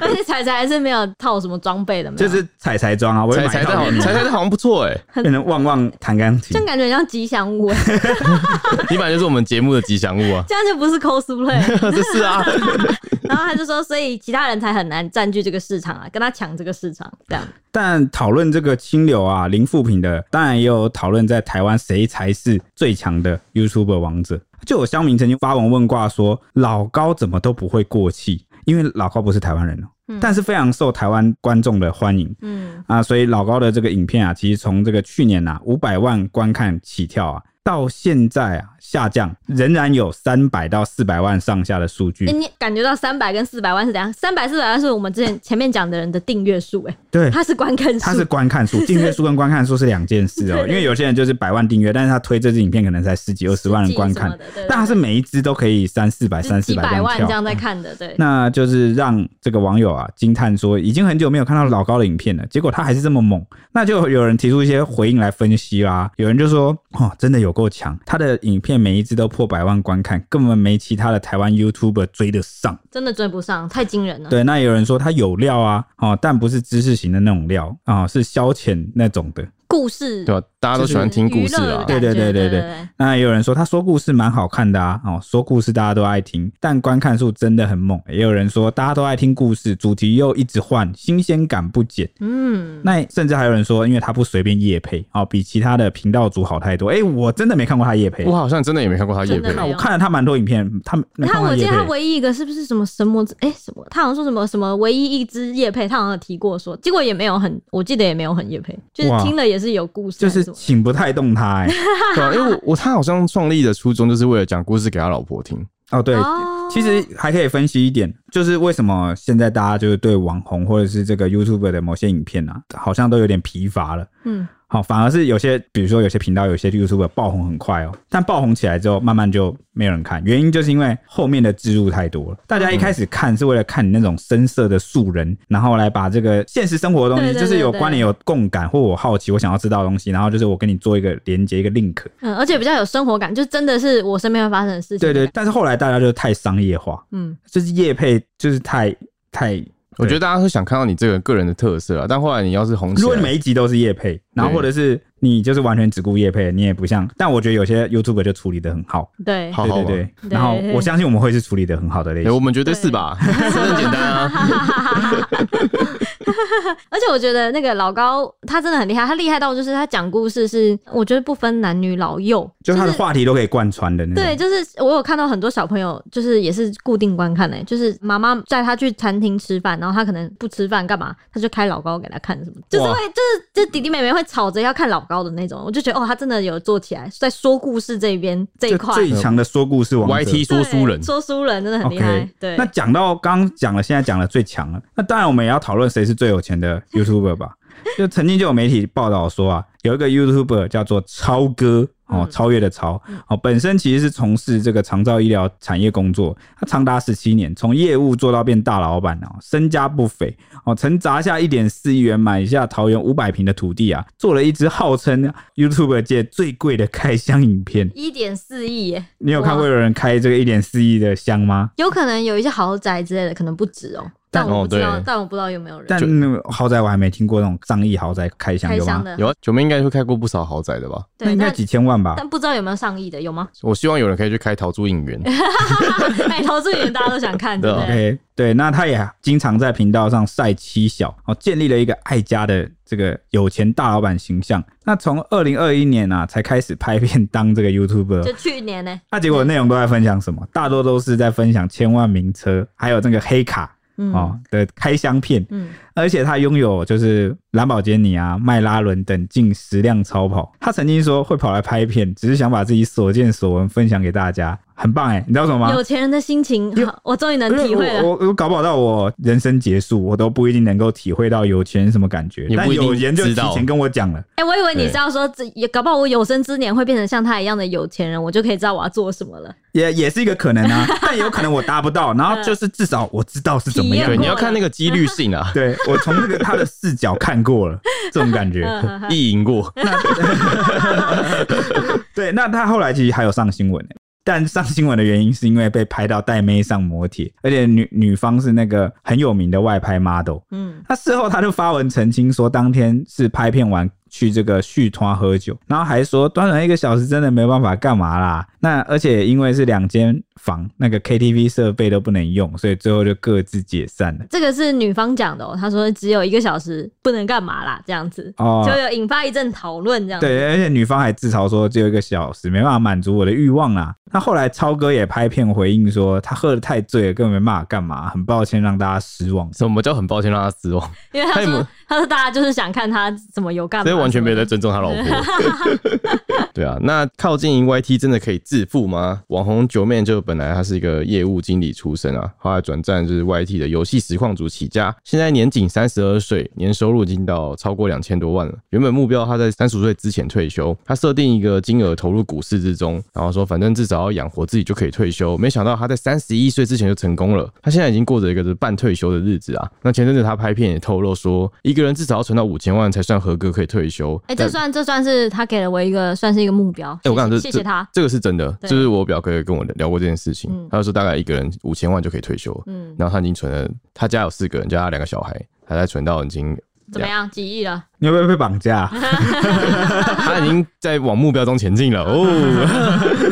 Speaker 1: 而且彩彩是没有套什么装备的，没有
Speaker 3: 就是彩彩妆啊，我
Speaker 2: 彩
Speaker 3: 也买
Speaker 2: 彩
Speaker 3: 一套
Speaker 2: 的好，
Speaker 3: 给你
Speaker 2: 彩彩的好像不错哎、
Speaker 3: 变成旺旺弹钢琴
Speaker 1: 这样。感觉很像吉祥物，哎
Speaker 2: 你本来就是我们节目的吉祥物
Speaker 1: ，
Speaker 2: 啊
Speaker 1: 这样就不是 cosplay。
Speaker 2: 这是啊，
Speaker 1: 然后他就说，所以其他人才很难占据这个市场啊，跟他抢这个市场，这样
Speaker 3: 但讨论这个清流啊、零负评的，当然也有讨论在台湾谁才是最强的 YouTuber 王者。就有乡民曾经发文问卦说，老高怎么都不会过气，因为老高不是台湾人哦、但是非常受台湾观众的欢迎。
Speaker 1: 嗯，
Speaker 3: 啊，所以老高的这个影片啊，其实从这个去年啊五百万观看起跳啊，到现在啊下降，仍然有三百到四百万上下的数据。
Speaker 1: 哎、你感觉到三百跟四百万是怎样？三百四百万是我们之前前面讲的人的订阅数，哎，
Speaker 3: 对，
Speaker 1: 他是观看
Speaker 3: 它
Speaker 1: 数
Speaker 3: 是，观看数，订阅数跟观看数是两件事哦、因为有些人就是百万订阅，但是他推这支影片可能才十几二十万人观看
Speaker 1: 实际什么，的，对对
Speaker 3: 但他是每一支都可以三四百、
Speaker 1: 对
Speaker 3: 三四
Speaker 1: 几
Speaker 3: 百这
Speaker 1: 百万这
Speaker 3: 样跳
Speaker 1: 样。在看的，对，
Speaker 3: 那就是让这个网友啊惊叹说，已经很久没有看到老高的影片了，结果他还是这么猛。那就有人提出一些回应来分析啦，有人就说，哦，真的有够强，他的影片每一支都破百万观看，根本没其他的台湾 YouTuber 追得上。
Speaker 1: 真的追不上，太惊人了。
Speaker 3: 对，那有人说他有料啊，哦，但不是知识型的那种料啊、是消遣那种的。
Speaker 1: 故事
Speaker 3: 啊
Speaker 1: 嗯
Speaker 2: 对吧、啊大家都喜欢听故事
Speaker 1: 娱乐
Speaker 2: 啊
Speaker 1: 的，感觉
Speaker 3: 对对对对
Speaker 1: 对
Speaker 3: 对那也有人说他说故事蛮好看的啊，哦，说故事大家都爱听，但观看数真的很猛。也有人说大家都爱听故事，主题又一直换，新鲜感不减。
Speaker 1: 嗯，
Speaker 3: 那甚至还有人说，因为他不随便夜配，哦，比其他的频道主好太多。哎、我真的没看过他夜配
Speaker 2: 我，好像真的也没看过他夜
Speaker 1: 真的
Speaker 2: 配
Speaker 1: 没
Speaker 3: 那
Speaker 1: 有
Speaker 3: 我看了他蛮多影片，他没
Speaker 1: 他
Speaker 3: 看
Speaker 1: 我
Speaker 3: 过
Speaker 1: 记
Speaker 3: 夜
Speaker 1: 得
Speaker 3: 配
Speaker 1: 他。唯一一个是不是什么神魔之？哎、什么？他好像说什么什么唯一一支叶配，他好像有提过说，结果也没有很，我记得也没有很叶配，就是
Speaker 3: 哇
Speaker 1: 听了也是有故事
Speaker 3: 就
Speaker 1: 还什
Speaker 3: 是
Speaker 1: 么，
Speaker 3: 请不太动他 哎、
Speaker 2: 对啊，因为我我他好像创立的初衷就是为了讲故事给他老婆听，
Speaker 3: 哦对，
Speaker 1: 哦
Speaker 3: 其实还可以分析一点，就是为什么现在大家就是对网红或者是这个 YouTube 的某些影片啊，好像都有点疲乏了。
Speaker 1: 嗯，
Speaker 3: 好，反而是有些，比如说有些频道，有些 YouTube 爆红很快哦，但爆红起来之后，慢慢就没有人看，原因就是因为后面的植入太多了。大家一开始看是为了看你那种深色的素人，然后来把这个现实生活的东西，
Speaker 1: 对对
Speaker 3: 就是有
Speaker 1: 对
Speaker 3: 关联、有共感或我好奇、我想要知道的东西，然后就是我跟你做一个连接、一个 link。
Speaker 1: 嗯，而且比较有生活感，就真的是我身边会发生的事情。
Speaker 3: 对对，，但是后来大家就太商业化，
Speaker 1: 嗯，
Speaker 3: 就是业配就是太太。
Speaker 2: 我觉得大家会想看到你这个个人的特色啊，但后来你要是红起
Speaker 3: 如果你
Speaker 2: 来，
Speaker 3: 每一集都是夜配，然后
Speaker 2: 对
Speaker 3: 或者是你就是完全只顾夜配，你也不像。但我觉得有些 YouTube 就处理的很好，
Speaker 1: 对，
Speaker 2: 好好
Speaker 3: 对
Speaker 2: 玩。
Speaker 3: 对
Speaker 1: 对
Speaker 3: 对。然后我相信我们会是处理的很好的类
Speaker 2: 哎、我
Speaker 3: 型。
Speaker 2: 们绝对是吧？真的很简单啊，
Speaker 1: 而且我觉得那个老高他真的很厉害，他厉害到就是他讲故事是我觉得不分男女老幼，
Speaker 3: 就他的
Speaker 1: 是
Speaker 3: 话题都可以贯穿的那种。
Speaker 1: 对，就是我有看到很多小朋友，就是也是固定观看的、欸就是妈妈带他去餐厅吃饭，然后他可能不吃饭干嘛，他就开老高给他看什么，就是会就是就弟弟妹妹会吵着要看老高的那种，我就觉得哦，他真的有做起来，在说故事这一边这一
Speaker 3: 就
Speaker 1: 块
Speaker 3: 最强的说故事王者
Speaker 2: YT
Speaker 1: 对
Speaker 2: 说书人
Speaker 1: 说书人真的很厉
Speaker 3: OK，
Speaker 1: 害，对
Speaker 3: 那。讲到刚刚讲了，现在讲了最强了，那当然我们也要讨论谁是最有钱的 YouTuber 吧。 就曾经就有媒体报道说啊，有一个 YouTuber 叫做超哥哦
Speaker 1: 嗯，
Speaker 3: 超越的超哦，本身其实是从事这个长照医疗产业工作，他长达十七年，从业务做到变大老板哦，身家不菲哦，曾砸下一点四亿元买下桃园五百平的土地啊，做了一支号称 YouTuber 界最贵的开箱影片。
Speaker 1: 一点四亿耶，
Speaker 3: 你有看过
Speaker 1: 哇
Speaker 3: 有人开这个一点四亿的箱吗？
Speaker 1: 有可能有一些豪宅之类的，可能不止哦、但
Speaker 2: 但
Speaker 1: 我不知道，
Speaker 2: 哦对
Speaker 1: 但我不知道有没有人
Speaker 3: 但那个豪宅我还没听过那种上亿豪宅开箱
Speaker 1: 开
Speaker 3: 有
Speaker 1: 箱
Speaker 3: 吗？
Speaker 1: 的。
Speaker 2: 有啊，九妹应该会开过不少豪宅的吧？
Speaker 3: 那
Speaker 1: 对，
Speaker 3: 应该
Speaker 1: 但
Speaker 3: 几啊千万吧？
Speaker 1: 但不知道有没有上亿的，有吗？
Speaker 2: 我希望有人可以去开桃珠影园，
Speaker 1: 哎，投资人大家都想看，对不对？
Speaker 3: OK，对，那他也经常在频道上晒妻小，哦，建立了一个爱家的这个有钱大老板形象。那从二零二一年啊，才开始拍片当这个
Speaker 1: 就
Speaker 3: YouTuber。
Speaker 1: 去年呢、
Speaker 3: 那结果内容都在分享什么？大多都是在分享千万名车，还有这个黑卡哦
Speaker 1: 嗯，
Speaker 3: 哦的开箱片。
Speaker 1: 嗯，
Speaker 3: 而且他拥有就是兰博基尼啊、迈拉伦等近十辆超跑。他曾经说会跑来拍片，只是想把自己所见所闻分享给大家，很棒哎、你知道什么吗？
Speaker 1: 有钱人的心情，好我终于能
Speaker 3: 因为
Speaker 1: 体会了。
Speaker 3: 我我我搞不好到我人生结束，我都不一定能够体会到有钱人什么感觉。
Speaker 2: 也
Speaker 3: 但
Speaker 2: 不一定
Speaker 3: 有钱就提
Speaker 2: 知道
Speaker 3: 前跟我讲了，
Speaker 1: 哎、我以为你
Speaker 2: 对
Speaker 1: 是要说，这也搞不好我有生之年会变成像他一样的有钱人，我就可以知道我要做什么了。
Speaker 3: 也也是一个可能 啊，但也有可能我达不到。然后就是至少我知道是怎么样
Speaker 2: 对，
Speaker 1: 体验
Speaker 2: 你
Speaker 1: 过
Speaker 2: 要看那个几率性 啊，
Speaker 3: 对我从那个他的视角看过了这种感觉。
Speaker 1: 嗯
Speaker 2: 意淫过，
Speaker 3: 对，那他后来其实还有上新闻、欸，但上新闻的原因是因为被拍到带妹上摩铁，而且女女方是那个很有名的外拍 model。
Speaker 1: 嗯，
Speaker 3: 那事后他就发文澄清说，当天是拍片完去这个续团喝酒，然后还说短短一个小时真的没办法干嘛啦。那而且因为是两间房，那个 KTV 设备都不能用，所以最后就各自解散了。
Speaker 1: 这个是女方讲的哦，她说只有一个小时，不能干嘛啦，这样子。
Speaker 2: 啊
Speaker 3: 哦
Speaker 1: 就有引发一阵讨论，这样子。
Speaker 3: 对，而且女方还自嘲说只有一个小时，没办法满足我的欲望啦。那后来超哥也拍片回应说，他喝得太醉了，根本没办法干嘛，很抱歉让大家失望。
Speaker 2: 什么叫很抱歉让他失望？
Speaker 1: 因为他
Speaker 2: 他有没
Speaker 1: 说
Speaker 2: 有，
Speaker 1: 他说大家就是想看他怎么有干嘛，
Speaker 2: 所以完全没有在尊重他老婆。 对啊，那靠近 YT 真的可以致富吗？网红九妹就本来她是一个业务经理出身啊，后来转战就是 YT 的游戏实况组起家，现在年仅三十二岁，年收入已经到超过两千多万了。原本目标她在三十岁之前退休，她设定一个金额投入股市之中，然后说反正至少要养活自己就可以退休。没想到她在三十一岁之前就成功了，她现在已经过着一个就是半退休的日子啊。那前阵子她拍片也透露说，一个人至少要存到五千万才算合格可以退休。
Speaker 1: 哎、这算这算是他给了我一个算是一个目标。
Speaker 2: 哎、我刚
Speaker 1: 谢
Speaker 2: 讲
Speaker 1: 谢谢谢他。
Speaker 2: 这个是真的，
Speaker 1: 对
Speaker 2: 就是我表哥也跟我聊过这件事情，
Speaker 1: 嗯
Speaker 2: 他就说大概一个人五千万就可以退休，
Speaker 1: 嗯，
Speaker 2: 然后他已经存了，他家有四个人，加他两个小孩，他才存到已经，
Speaker 1: 怎么样？几亿了？
Speaker 3: 你会不会被绑架啊、
Speaker 2: 他已经在往目标中前进了哦。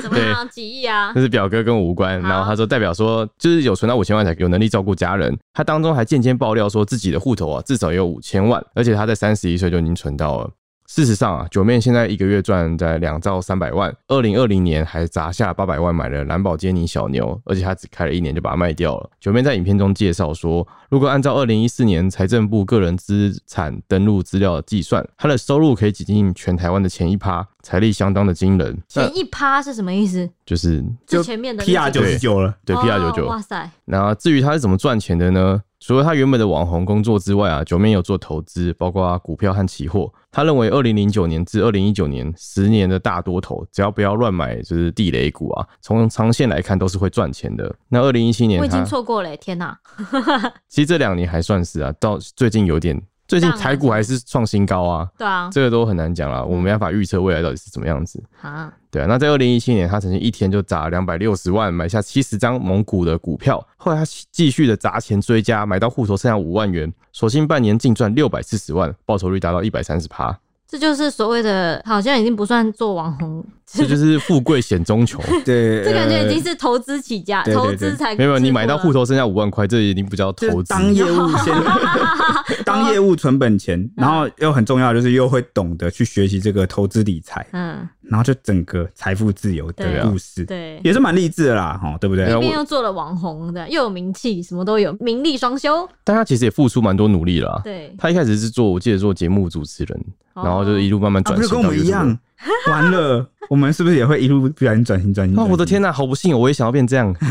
Speaker 1: 怎么样？几亿啊
Speaker 2: 这？是表哥跟我无关，
Speaker 1: 好
Speaker 2: 然后他说代表说就是有存到五千万才有能力照顾家人，他当中还间接爆料说自己的户头啊至少也有五千万，而且他在三十一岁就已经存到了。事实上啊，九妹现在一个月赚在两兆三百万，二零二零年还砸下八百万买了兰博基尼小牛，而且她只开了一年就把它卖掉了。九妹在影片中介绍说，如果按照二零一四年财政部个人资产登录资料的计算，她的收入可以挤进全台湾的前一趴，财力相当的惊人。那
Speaker 1: 前一趴是什么意思？
Speaker 2: 就是
Speaker 1: 最
Speaker 3: 就
Speaker 1: 前面的那
Speaker 3: PR
Speaker 1: 几
Speaker 3: 九
Speaker 1: 个
Speaker 3: 十九了，
Speaker 2: 对 PR 九九、
Speaker 1: 哦哇塞，
Speaker 2: 那至于他是怎么赚钱的呢？除了他原本的网红工作之外啊，九妹有做投资，包括股票和期货。他认为，二零零九年至二零一九年十年的大多头，只要不要乱买就是地雷股啊，从长线来看都是会赚钱的。那二零一七年
Speaker 1: 我已
Speaker 2: 他
Speaker 1: 经错过了、天哪！
Speaker 2: 其实这两年还算是啊，到最近有点，最近
Speaker 1: 当然
Speaker 2: 台股还是创新高啊，
Speaker 1: 对啊，
Speaker 2: 这个都很难讲啦，我们没办法预测未来到底是怎么样子。
Speaker 1: 啊，
Speaker 2: 对啊，那在二零一七年，他曾经一天就砸两百六十万买下七十张蒙古的股票，后来他继续的砸钱追加，买到户头剩下五万元，索性半年净赚六百四十万，报酬率达到一百三十趴，
Speaker 1: 这就是所谓的，好像已经不算做网红，
Speaker 2: 这就是富贵险中 求。
Speaker 3: 对，
Speaker 1: 这感觉已经
Speaker 3: 呃
Speaker 1: 是投资起家，
Speaker 3: 对对
Speaker 1: 投
Speaker 3: 对
Speaker 1: 资才
Speaker 2: 没有，你
Speaker 1: 致富
Speaker 2: 买到
Speaker 1: 了
Speaker 2: 户头剩下五万块，这已经不叫
Speaker 3: 啊就
Speaker 2: 投
Speaker 3: 是
Speaker 2: 资。
Speaker 3: 当业务先当业务存本钱，然后又很重要就是又会懂得去学习这个投资理财，
Speaker 1: 嗯，
Speaker 3: 然后就整个财富自由
Speaker 1: 对
Speaker 3: 的
Speaker 1: 啊
Speaker 3: 故事，
Speaker 1: 对。
Speaker 3: 也是蛮励志的啦，哈，对不对
Speaker 2: 对？啊
Speaker 1: 一边
Speaker 2: 我
Speaker 1: 又做了网红的，又有名气，什么都有，名利双修。
Speaker 2: 但他其实也付出蛮多努力了、啊。
Speaker 1: 对，哦
Speaker 2: 他一开始是做，我记得做节目主持人，然后就是一路慢慢
Speaker 3: 啊，
Speaker 2: 转
Speaker 3: 不是
Speaker 2: 型
Speaker 3: 跟
Speaker 2: 到
Speaker 3: 我们一
Speaker 2: YouTuber
Speaker 3: 样，完了，我们是不是也会一路不小心转型转型？
Speaker 2: 啊！我的
Speaker 3: 转型
Speaker 2: 天呐、好不幸，我也想要变这样。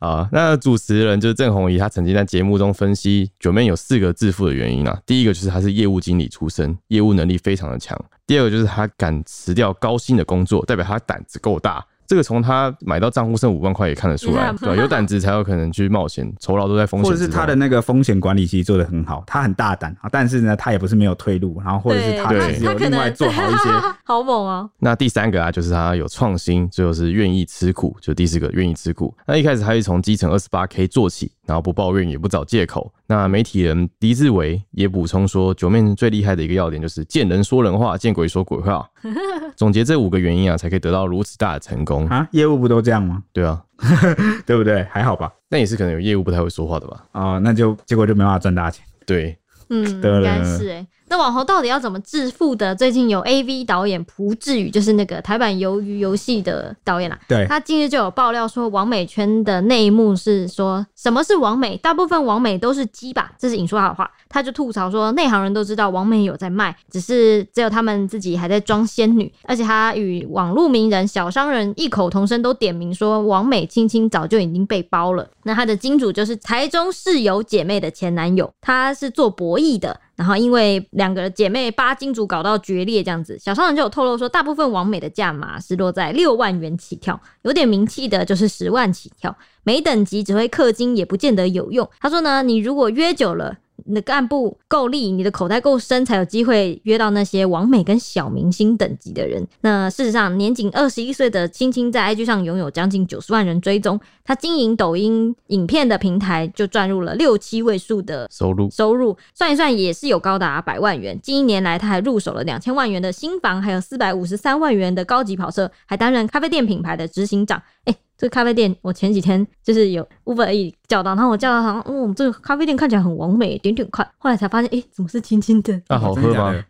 Speaker 2: 啊，那主持人就是郑红怡，她曾经在节目中分析九妹有四个致富的原因啊。第一个就是她是业务经理出身，业务能力非常的强；第二个就是她敢辞掉高薪的工作，代表她胆子够大。这个从她买到账户剩五万块也看得出来，
Speaker 1: Yeah
Speaker 2: 对吧，有胆子才有可能去冒险，酬劳都在风险
Speaker 3: 或者
Speaker 2: 之
Speaker 3: 是
Speaker 2: 中。
Speaker 3: 他的那个风险管理其实做得很好，他很大胆啊，但是呢，他也不是没有退路，然后或者是
Speaker 1: 对
Speaker 3: 他
Speaker 2: 对
Speaker 3: 其实
Speaker 1: 他
Speaker 3: 有
Speaker 1: 可
Speaker 3: 另 外
Speaker 1: 能
Speaker 3: 做好一些，
Speaker 1: 好猛哦、
Speaker 2: 那第三个啊，就是他有创新，最后是愿意吃苦，就第四个愿意吃苦。那一开始他是从基层二十八 K 做起，然后不抱怨也不找借口。那媒体人狄志伟也补充说，九面最厉害的一个要点就是见人说人话，见鬼说鬼话。总结这五个原因啊，才可以得到如此大的成功。
Speaker 3: 啊，业务不都这样吗？
Speaker 2: 对啊，
Speaker 3: 对不对？还好吧，
Speaker 2: 但也是可能有业务不太会说话的吧？
Speaker 3: 哦、那就结果就没办法赚大钱。
Speaker 2: 对，
Speaker 1: 嗯，
Speaker 3: 得
Speaker 1: 应
Speaker 3: 了
Speaker 1: 该是哎、那网红到底要怎么致富的？最近有 A V 导演朴志宇，就是那个台版《鱿鱼游戏》的导演啦、啊
Speaker 3: 对
Speaker 1: 他近日就有爆料说，王美圈的内幕是说什么是王美？大部分王美都是鸡吧，这是引说好话。他就吐槽说，内行人都知道王美有在卖，只是只有他们自己还在装仙女。而且他与网络名人、小商人异口同声都点名说，王美青青早就已经被包了。那他的金主就是台中室友姐妹的前男友，他是做博弈的。然后因为两个姐妹八金主搞到决裂这样子，小商人就有透露说，大部分王美的价码是落在六万元起跳，有点名气的就是十万起跳，每等级只会氪金也不见得有用。他说呢，你如果约久了。你的干部够力，你的口袋够深，才有机会约到那些王美跟小明星等级的人。那事实上，年仅二十一岁的青青在 IG 上拥有将近九十万人追踪，他经营抖音影片的平台就赚入了六七位数的
Speaker 2: 收
Speaker 3: 哦
Speaker 2: 入
Speaker 1: 收入，算一算也是有高达百万元。近一年来，他还入手了两千万元的新房，还有四百五十三万元的高级跑车，还担任咖啡店品牌的执行长。哎、这个咖啡店我前几天就是有 Uber E 叫到，然后我叫到好像，嗯，这个咖啡店看起来很完美，点点看，后来才发现，哎、怎么是青青的？
Speaker 2: 那啊好
Speaker 3: 真
Speaker 2: 哦喝
Speaker 3: 的假
Speaker 2: 吗
Speaker 3: 的？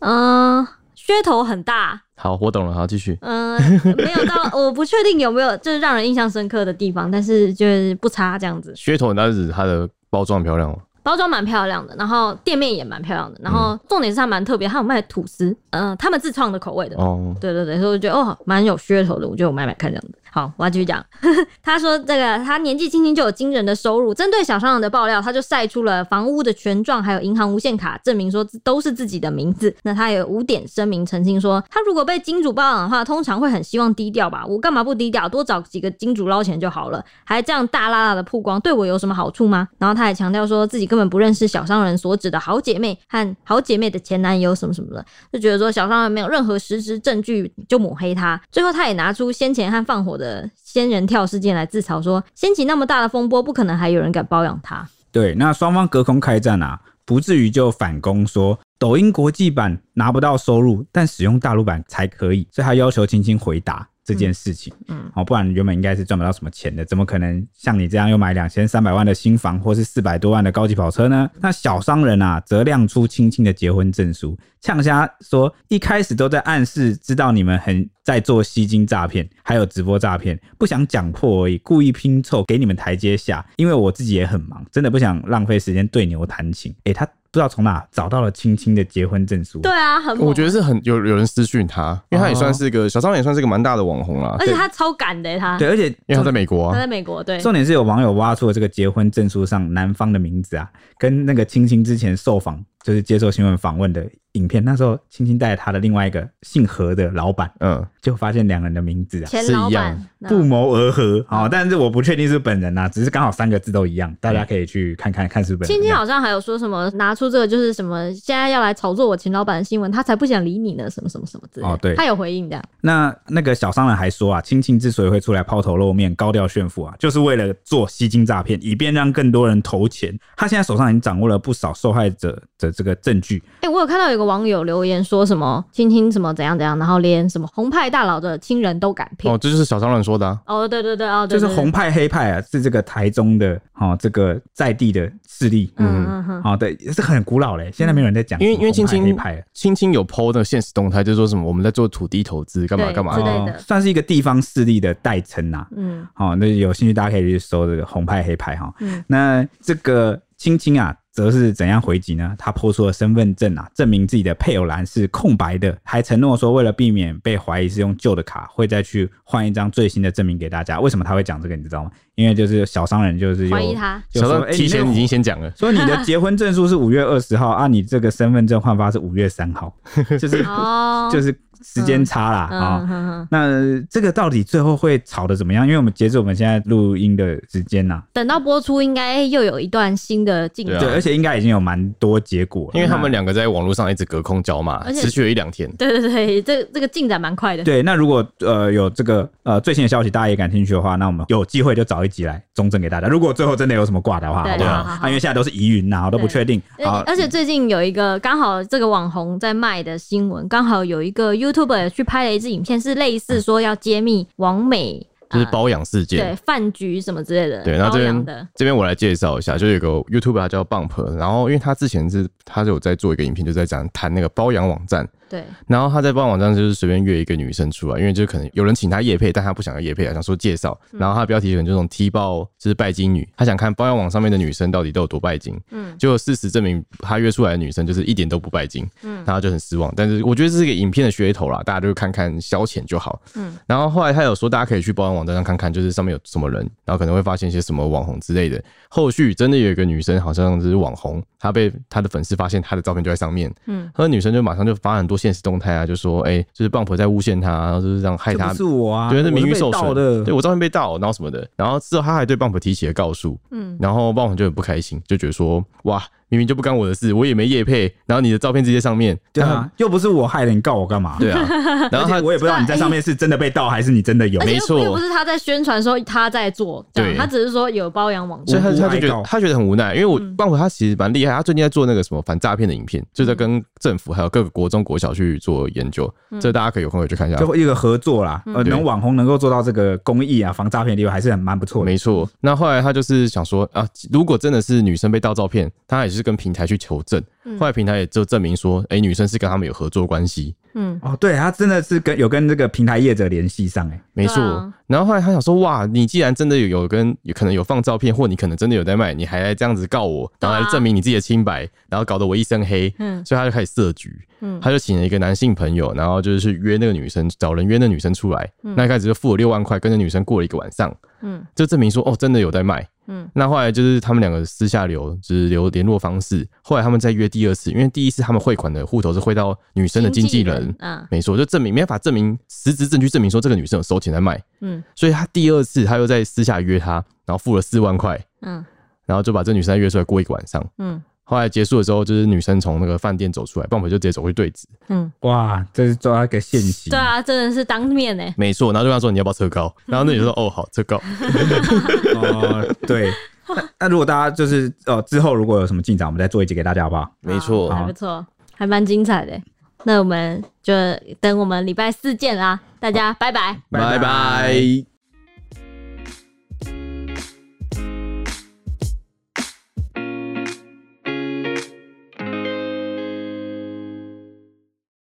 Speaker 1: 嗯、噱头很大，
Speaker 2: 好，我懂了，好，继续。
Speaker 1: 嗯、没有 到，我不确定有没有就是让人印象深刻的地方，但是就是不差这样子。
Speaker 2: 噱头那是指它的包装很漂亮哦，
Speaker 1: 包装蛮漂亮的，然后店面也蛮漂亮的，然后重点是它蛮特别，它有卖吐司，嗯、他们自创的口味的。
Speaker 2: 哦，
Speaker 1: 对对对，所以我觉得哦，蛮有噱头的，我觉得我买买看这样子。好，我要继续讲。 他说这个他年纪轻轻就有惊人的收入，针对小商人的爆料，他就晒出了房屋的权状，还有银行无限卡，证明说这都是自己的名字。那他也有五点声明澄清说，他如果被金主包养的话，通常会很希望低调吧，我干嘛不低调，多找几个金主捞钱就好了，还这样大大大的曝光，对我有什么好处吗？然后他还强调说自己根本不认识小商人所指的好姐妹和好姐妹的前男友什么什么的，就觉得说小商人没有任何实质证据就抹黑他。最后，他也拿出先前和放火的仙人跳事件来自嘲说，掀起那么大的风波，不可能还有人敢包养他。
Speaker 3: 对，那双方隔空开战啊，不至于就反攻说抖音国际版拿不到收入，但使用大陆版才可以，所以他要求青青回答这件事情。
Speaker 1: 嗯，
Speaker 3: 哦，不然原本应该是赚不到什么钱的，怎么可能像你这样又买两千三百万的新房或是四百多万的高级跑车呢？那小商人啊，则亮出青青的结婚证书，呛虾说一开始都在暗示知道你们很在做吸金诈骗，还有直播诈骗，不想讲破而已，故意拼凑给你们台阶下，因为我自己也很忙，真的不想浪费时间对牛弹琴。诶、他不知道从哪找到了青青的结婚证书，
Speaker 1: 对啊，很猛
Speaker 2: 我觉得是很有有人私讯他，因为他也算是个小张，也算是个蛮大的网红啦
Speaker 1: 哦而，且他超敢的，他
Speaker 3: 对，啊而且
Speaker 2: 因为他在美国
Speaker 1: 他
Speaker 2: 啊，
Speaker 1: 在美国对。
Speaker 3: 重点是有网友挖出了这个结婚证书上男方的名字啊，跟那个青青之前受访就是接受新闻访问的影片，那时候青青带她的另外一个姓何的老板，
Speaker 2: 嗯，
Speaker 3: 就发现两人的名字啊
Speaker 1: 前老
Speaker 2: 是一
Speaker 1: 板嗯
Speaker 2: 样
Speaker 1: 那
Speaker 3: 不谋而合啊、哦，但是我不确定是本人啊，只是刚好三个字都一样，大家可以去看看看是不是本
Speaker 1: 青
Speaker 3: 人
Speaker 1: 青
Speaker 3: 这样。
Speaker 1: 好像还有说什么拿出这个就是什么现在要来炒作我前老板的新闻，他才不想理你呢，什么什么什么之类的。
Speaker 3: 哦对
Speaker 1: 他有回应的。
Speaker 3: 那那个小商人还说啊，青青之所以会出来抛头露面、高调炫富啊，就是为了做吸金诈骗，以便让更多人投钱。他现在手上已经掌握了不少受害者的这个证据，
Speaker 1: 哎、我有看到有个网友留言说什么青青什么怎样怎样，然后连什么红派大佬的亲人都敢骗。
Speaker 2: 哦，这就是小张人说的啊，
Speaker 1: 哦，对对对，哦，
Speaker 3: 就
Speaker 1: 对
Speaker 3: 是
Speaker 1: 对对
Speaker 3: 红派黑派啊，是这个台中的哦，这个在地的势力，
Speaker 1: 嗯嗯嗯，
Speaker 3: 好、对，是很古老嘞，现在没有人在讲什
Speaker 2: 因
Speaker 3: 么
Speaker 2: 为因
Speaker 3: 红
Speaker 2: 为
Speaker 3: 派
Speaker 2: 青
Speaker 3: 黑
Speaker 2: 青
Speaker 3: 派啊了。
Speaker 2: 青青有 PO 的现实动态，就说什么我们在做土地投资，干嘛
Speaker 1: 对
Speaker 2: 干嘛
Speaker 1: 之类
Speaker 2: 的，
Speaker 1: 的
Speaker 3: 哦，算是一个地方势力的代称呐、
Speaker 1: 嗯
Speaker 3: 哦，那有兴趣大家可以去搜这个红派黑派哈、
Speaker 1: 嗯
Speaker 3: 那这个青青啊，则是怎样回击呢？他抛出了身份证啊，证明自己的配偶栏是空白的，还承诺说为了避免被怀疑是用旧的卡，会再去换一张最新的证明给大家。为什么他会讲这个？你知道吗？因为就是小商人就是又
Speaker 1: 怀疑他
Speaker 3: 就
Speaker 2: 小
Speaker 3: 说
Speaker 2: 张
Speaker 3: 哎
Speaker 2: 提前
Speaker 3: 你那个
Speaker 2: 已经 先讲了，
Speaker 3: 所以你的结婚证书是五月二十号，啊，你这个身份证换发是五月 三号， 就是
Speaker 1: 哦，
Speaker 3: 就是是时间差啦啊。
Speaker 1: 嗯嗯嗯，
Speaker 3: 那这个到底最后会吵得怎么样？因为我们截止我们现在录音的时间呐、
Speaker 1: 等到播出应该又有一段新的进
Speaker 2: 对
Speaker 1: 展
Speaker 2: 啊。
Speaker 3: 对，而且应该已经有蛮多结果了，
Speaker 2: 因为他们两个在网络上一直隔空叫骂，
Speaker 1: 而且
Speaker 2: 持续了一两天，
Speaker 1: 对 对对，这这个进展蛮快的。
Speaker 3: 对，那如果呃有这个呃最新的消息，大家也感兴趣的话，那我们有机会就找一集来中正给大家。如果最后真的有什么挂的话，
Speaker 1: 对
Speaker 3: 好不好？
Speaker 1: 好好好
Speaker 3: 啊，因为现在都是疑云呐，我都不
Speaker 1: 对
Speaker 3: 确定。
Speaker 1: 而
Speaker 3: 好，
Speaker 1: 呃而且最近有一个刚好这个网红在卖的新闻，刚好有一个 YouTuber 去拍了一支影片，是类似说要揭秘王美
Speaker 2: 就是包养事件。
Speaker 1: 啊对饭局什么之类的，
Speaker 2: 对，然后
Speaker 1: 包
Speaker 2: 这
Speaker 1: 养
Speaker 2: 边
Speaker 1: 的，
Speaker 2: 这边我来介绍一下，就有一个 YouTube 他叫 Bump，然后因为他之前是他有在做一个影片，就在讲谈那个包养网站，
Speaker 1: 对
Speaker 2: 然后他在包养网站就是随便约一个女生出来，因为就可能有人请他夜配，但他不想要夜配啊，想说介绍，然后他的标题可能就那种踢爆就是拜金女，他想看包养网上面的女生到底都有多拜金，
Speaker 1: 嗯
Speaker 2: 嗯，结果事实证明他约出来的女生就是一点都不拜金，嗯，然后就很失望，但是我觉得这是一个影片的噱头啦，大家就看看消遣就好，
Speaker 1: 嗯
Speaker 2: 嗯，然后后来他有说大家可以去包养网站上看看，就是上面有什么人，然后可能会发现一些什么网红之类的，后续真的有一个女生好像是网红，她被她的粉丝发现她的照片就在上面，
Speaker 1: 嗯，
Speaker 2: 那女生就马上就发很多现实动态啊，就说哎、就是棒婆在诬陷她，然后就是这样害
Speaker 3: 这
Speaker 2: 她
Speaker 3: 不，是我啊，
Speaker 2: 对，那
Speaker 3: 我
Speaker 2: 名誉
Speaker 3: 被
Speaker 2: 受
Speaker 3: 盗
Speaker 2: 损
Speaker 3: 的，
Speaker 2: 对我照片被盗，然后什么的，然后之后她还对棒婆提起了告诉，
Speaker 1: 嗯
Speaker 2: 嗯，然后棒婆就很不开心，就觉得说哇，明明就不干我的事，我也没夜配，然后你的照片直接上面，
Speaker 3: 对啊，又不是我害的，你告我干嘛？
Speaker 2: 对啊， 然后
Speaker 3: 而
Speaker 2: 她
Speaker 3: 且我也不知道你
Speaker 1: 啊
Speaker 3: 在上面是真的被盗还是你真的有
Speaker 1: 而。且
Speaker 2: 没
Speaker 1: 又
Speaker 2: 错
Speaker 1: 又不是他在宣传说他在做，这样
Speaker 2: 对
Speaker 1: 他只是说有包养网
Speaker 2: 所以
Speaker 1: 站，
Speaker 2: 他
Speaker 3: 无辜
Speaker 2: 他
Speaker 3: 挨嗯
Speaker 2: 就觉
Speaker 3: 告
Speaker 2: 得他觉得很无奈，因为我棒虎他其实蛮厉害，他最近在做那个什么反诈骗的影片，就
Speaker 3: 嗯
Speaker 2: 在跟政府还有各个国中国小去做研究，这大家可以有空可以去看一下。
Speaker 3: 嗯就一个合作啦，
Speaker 1: 嗯
Speaker 3: 呃，
Speaker 2: 对
Speaker 3: 能网红能够做到这个公益啊、防诈骗的地方，还是很蛮不错的。
Speaker 2: 没错，那后来他就是想说啊，如果真的是女生被盗照片，他也是跟平台去求证，后来平台也就证明说，哎、女生是跟他们有合作关系，
Speaker 1: 嗯，
Speaker 3: 哦，对，他真的是跟有跟这个平台业者联系上、欸，
Speaker 2: 没错。
Speaker 1: 对啊
Speaker 2: 然后后来他想说，哇，你既然真的有有跟有可能有放照片，或你可能真的有在卖，你还来这样子告我，
Speaker 1: 对
Speaker 2: 然
Speaker 1: 啊
Speaker 2: 后来证明你自己的清白，然后搞得我一身黑，
Speaker 1: 嗯
Speaker 2: 所以他就开始设局，
Speaker 1: 嗯
Speaker 2: 他就请了一个男性朋友，然后就是去约那个女生，找人约那女生出来，那一开始就付了六万块，跟着女生过了一个晚上，
Speaker 1: 嗯
Speaker 2: 就证明说哦，真的有在卖。
Speaker 1: 嗯
Speaker 2: 嗯，那后来就是他们两个私下留，就是留联络方式。后来他们再约第二次，因为第一次他们汇款的户头是汇到女生的经纪人，
Speaker 1: 啊，
Speaker 2: 没错，就证明没办法证明实质证据证明说这个女生有收钱在卖，
Speaker 1: 嗯
Speaker 2: 所以他第二次他又在私下约她，然后付了四万块，
Speaker 1: 嗯
Speaker 2: 然后就把这女生再约出来过一个晚上。
Speaker 1: 嗯
Speaker 2: 后来结束的时候，就是女生从那个饭店走出来，棒婆就直接走去对质，
Speaker 1: 嗯，
Speaker 3: 哇，这是抓一个现行。
Speaker 1: 对啊，真的是当面呢，
Speaker 2: 没错，然后就跟她说你要不要测高，然后那女生说哦好测高，
Speaker 3: 哦， 对。那那如果大家就是呃之后如果有什么进展，我们再做一集给大家好不好？
Speaker 2: 没错
Speaker 1: 好还不错，还蛮精彩的。那我们就等我们礼拜四见啦，大家拜拜。
Speaker 2: 拜
Speaker 3: 拜
Speaker 2: 拜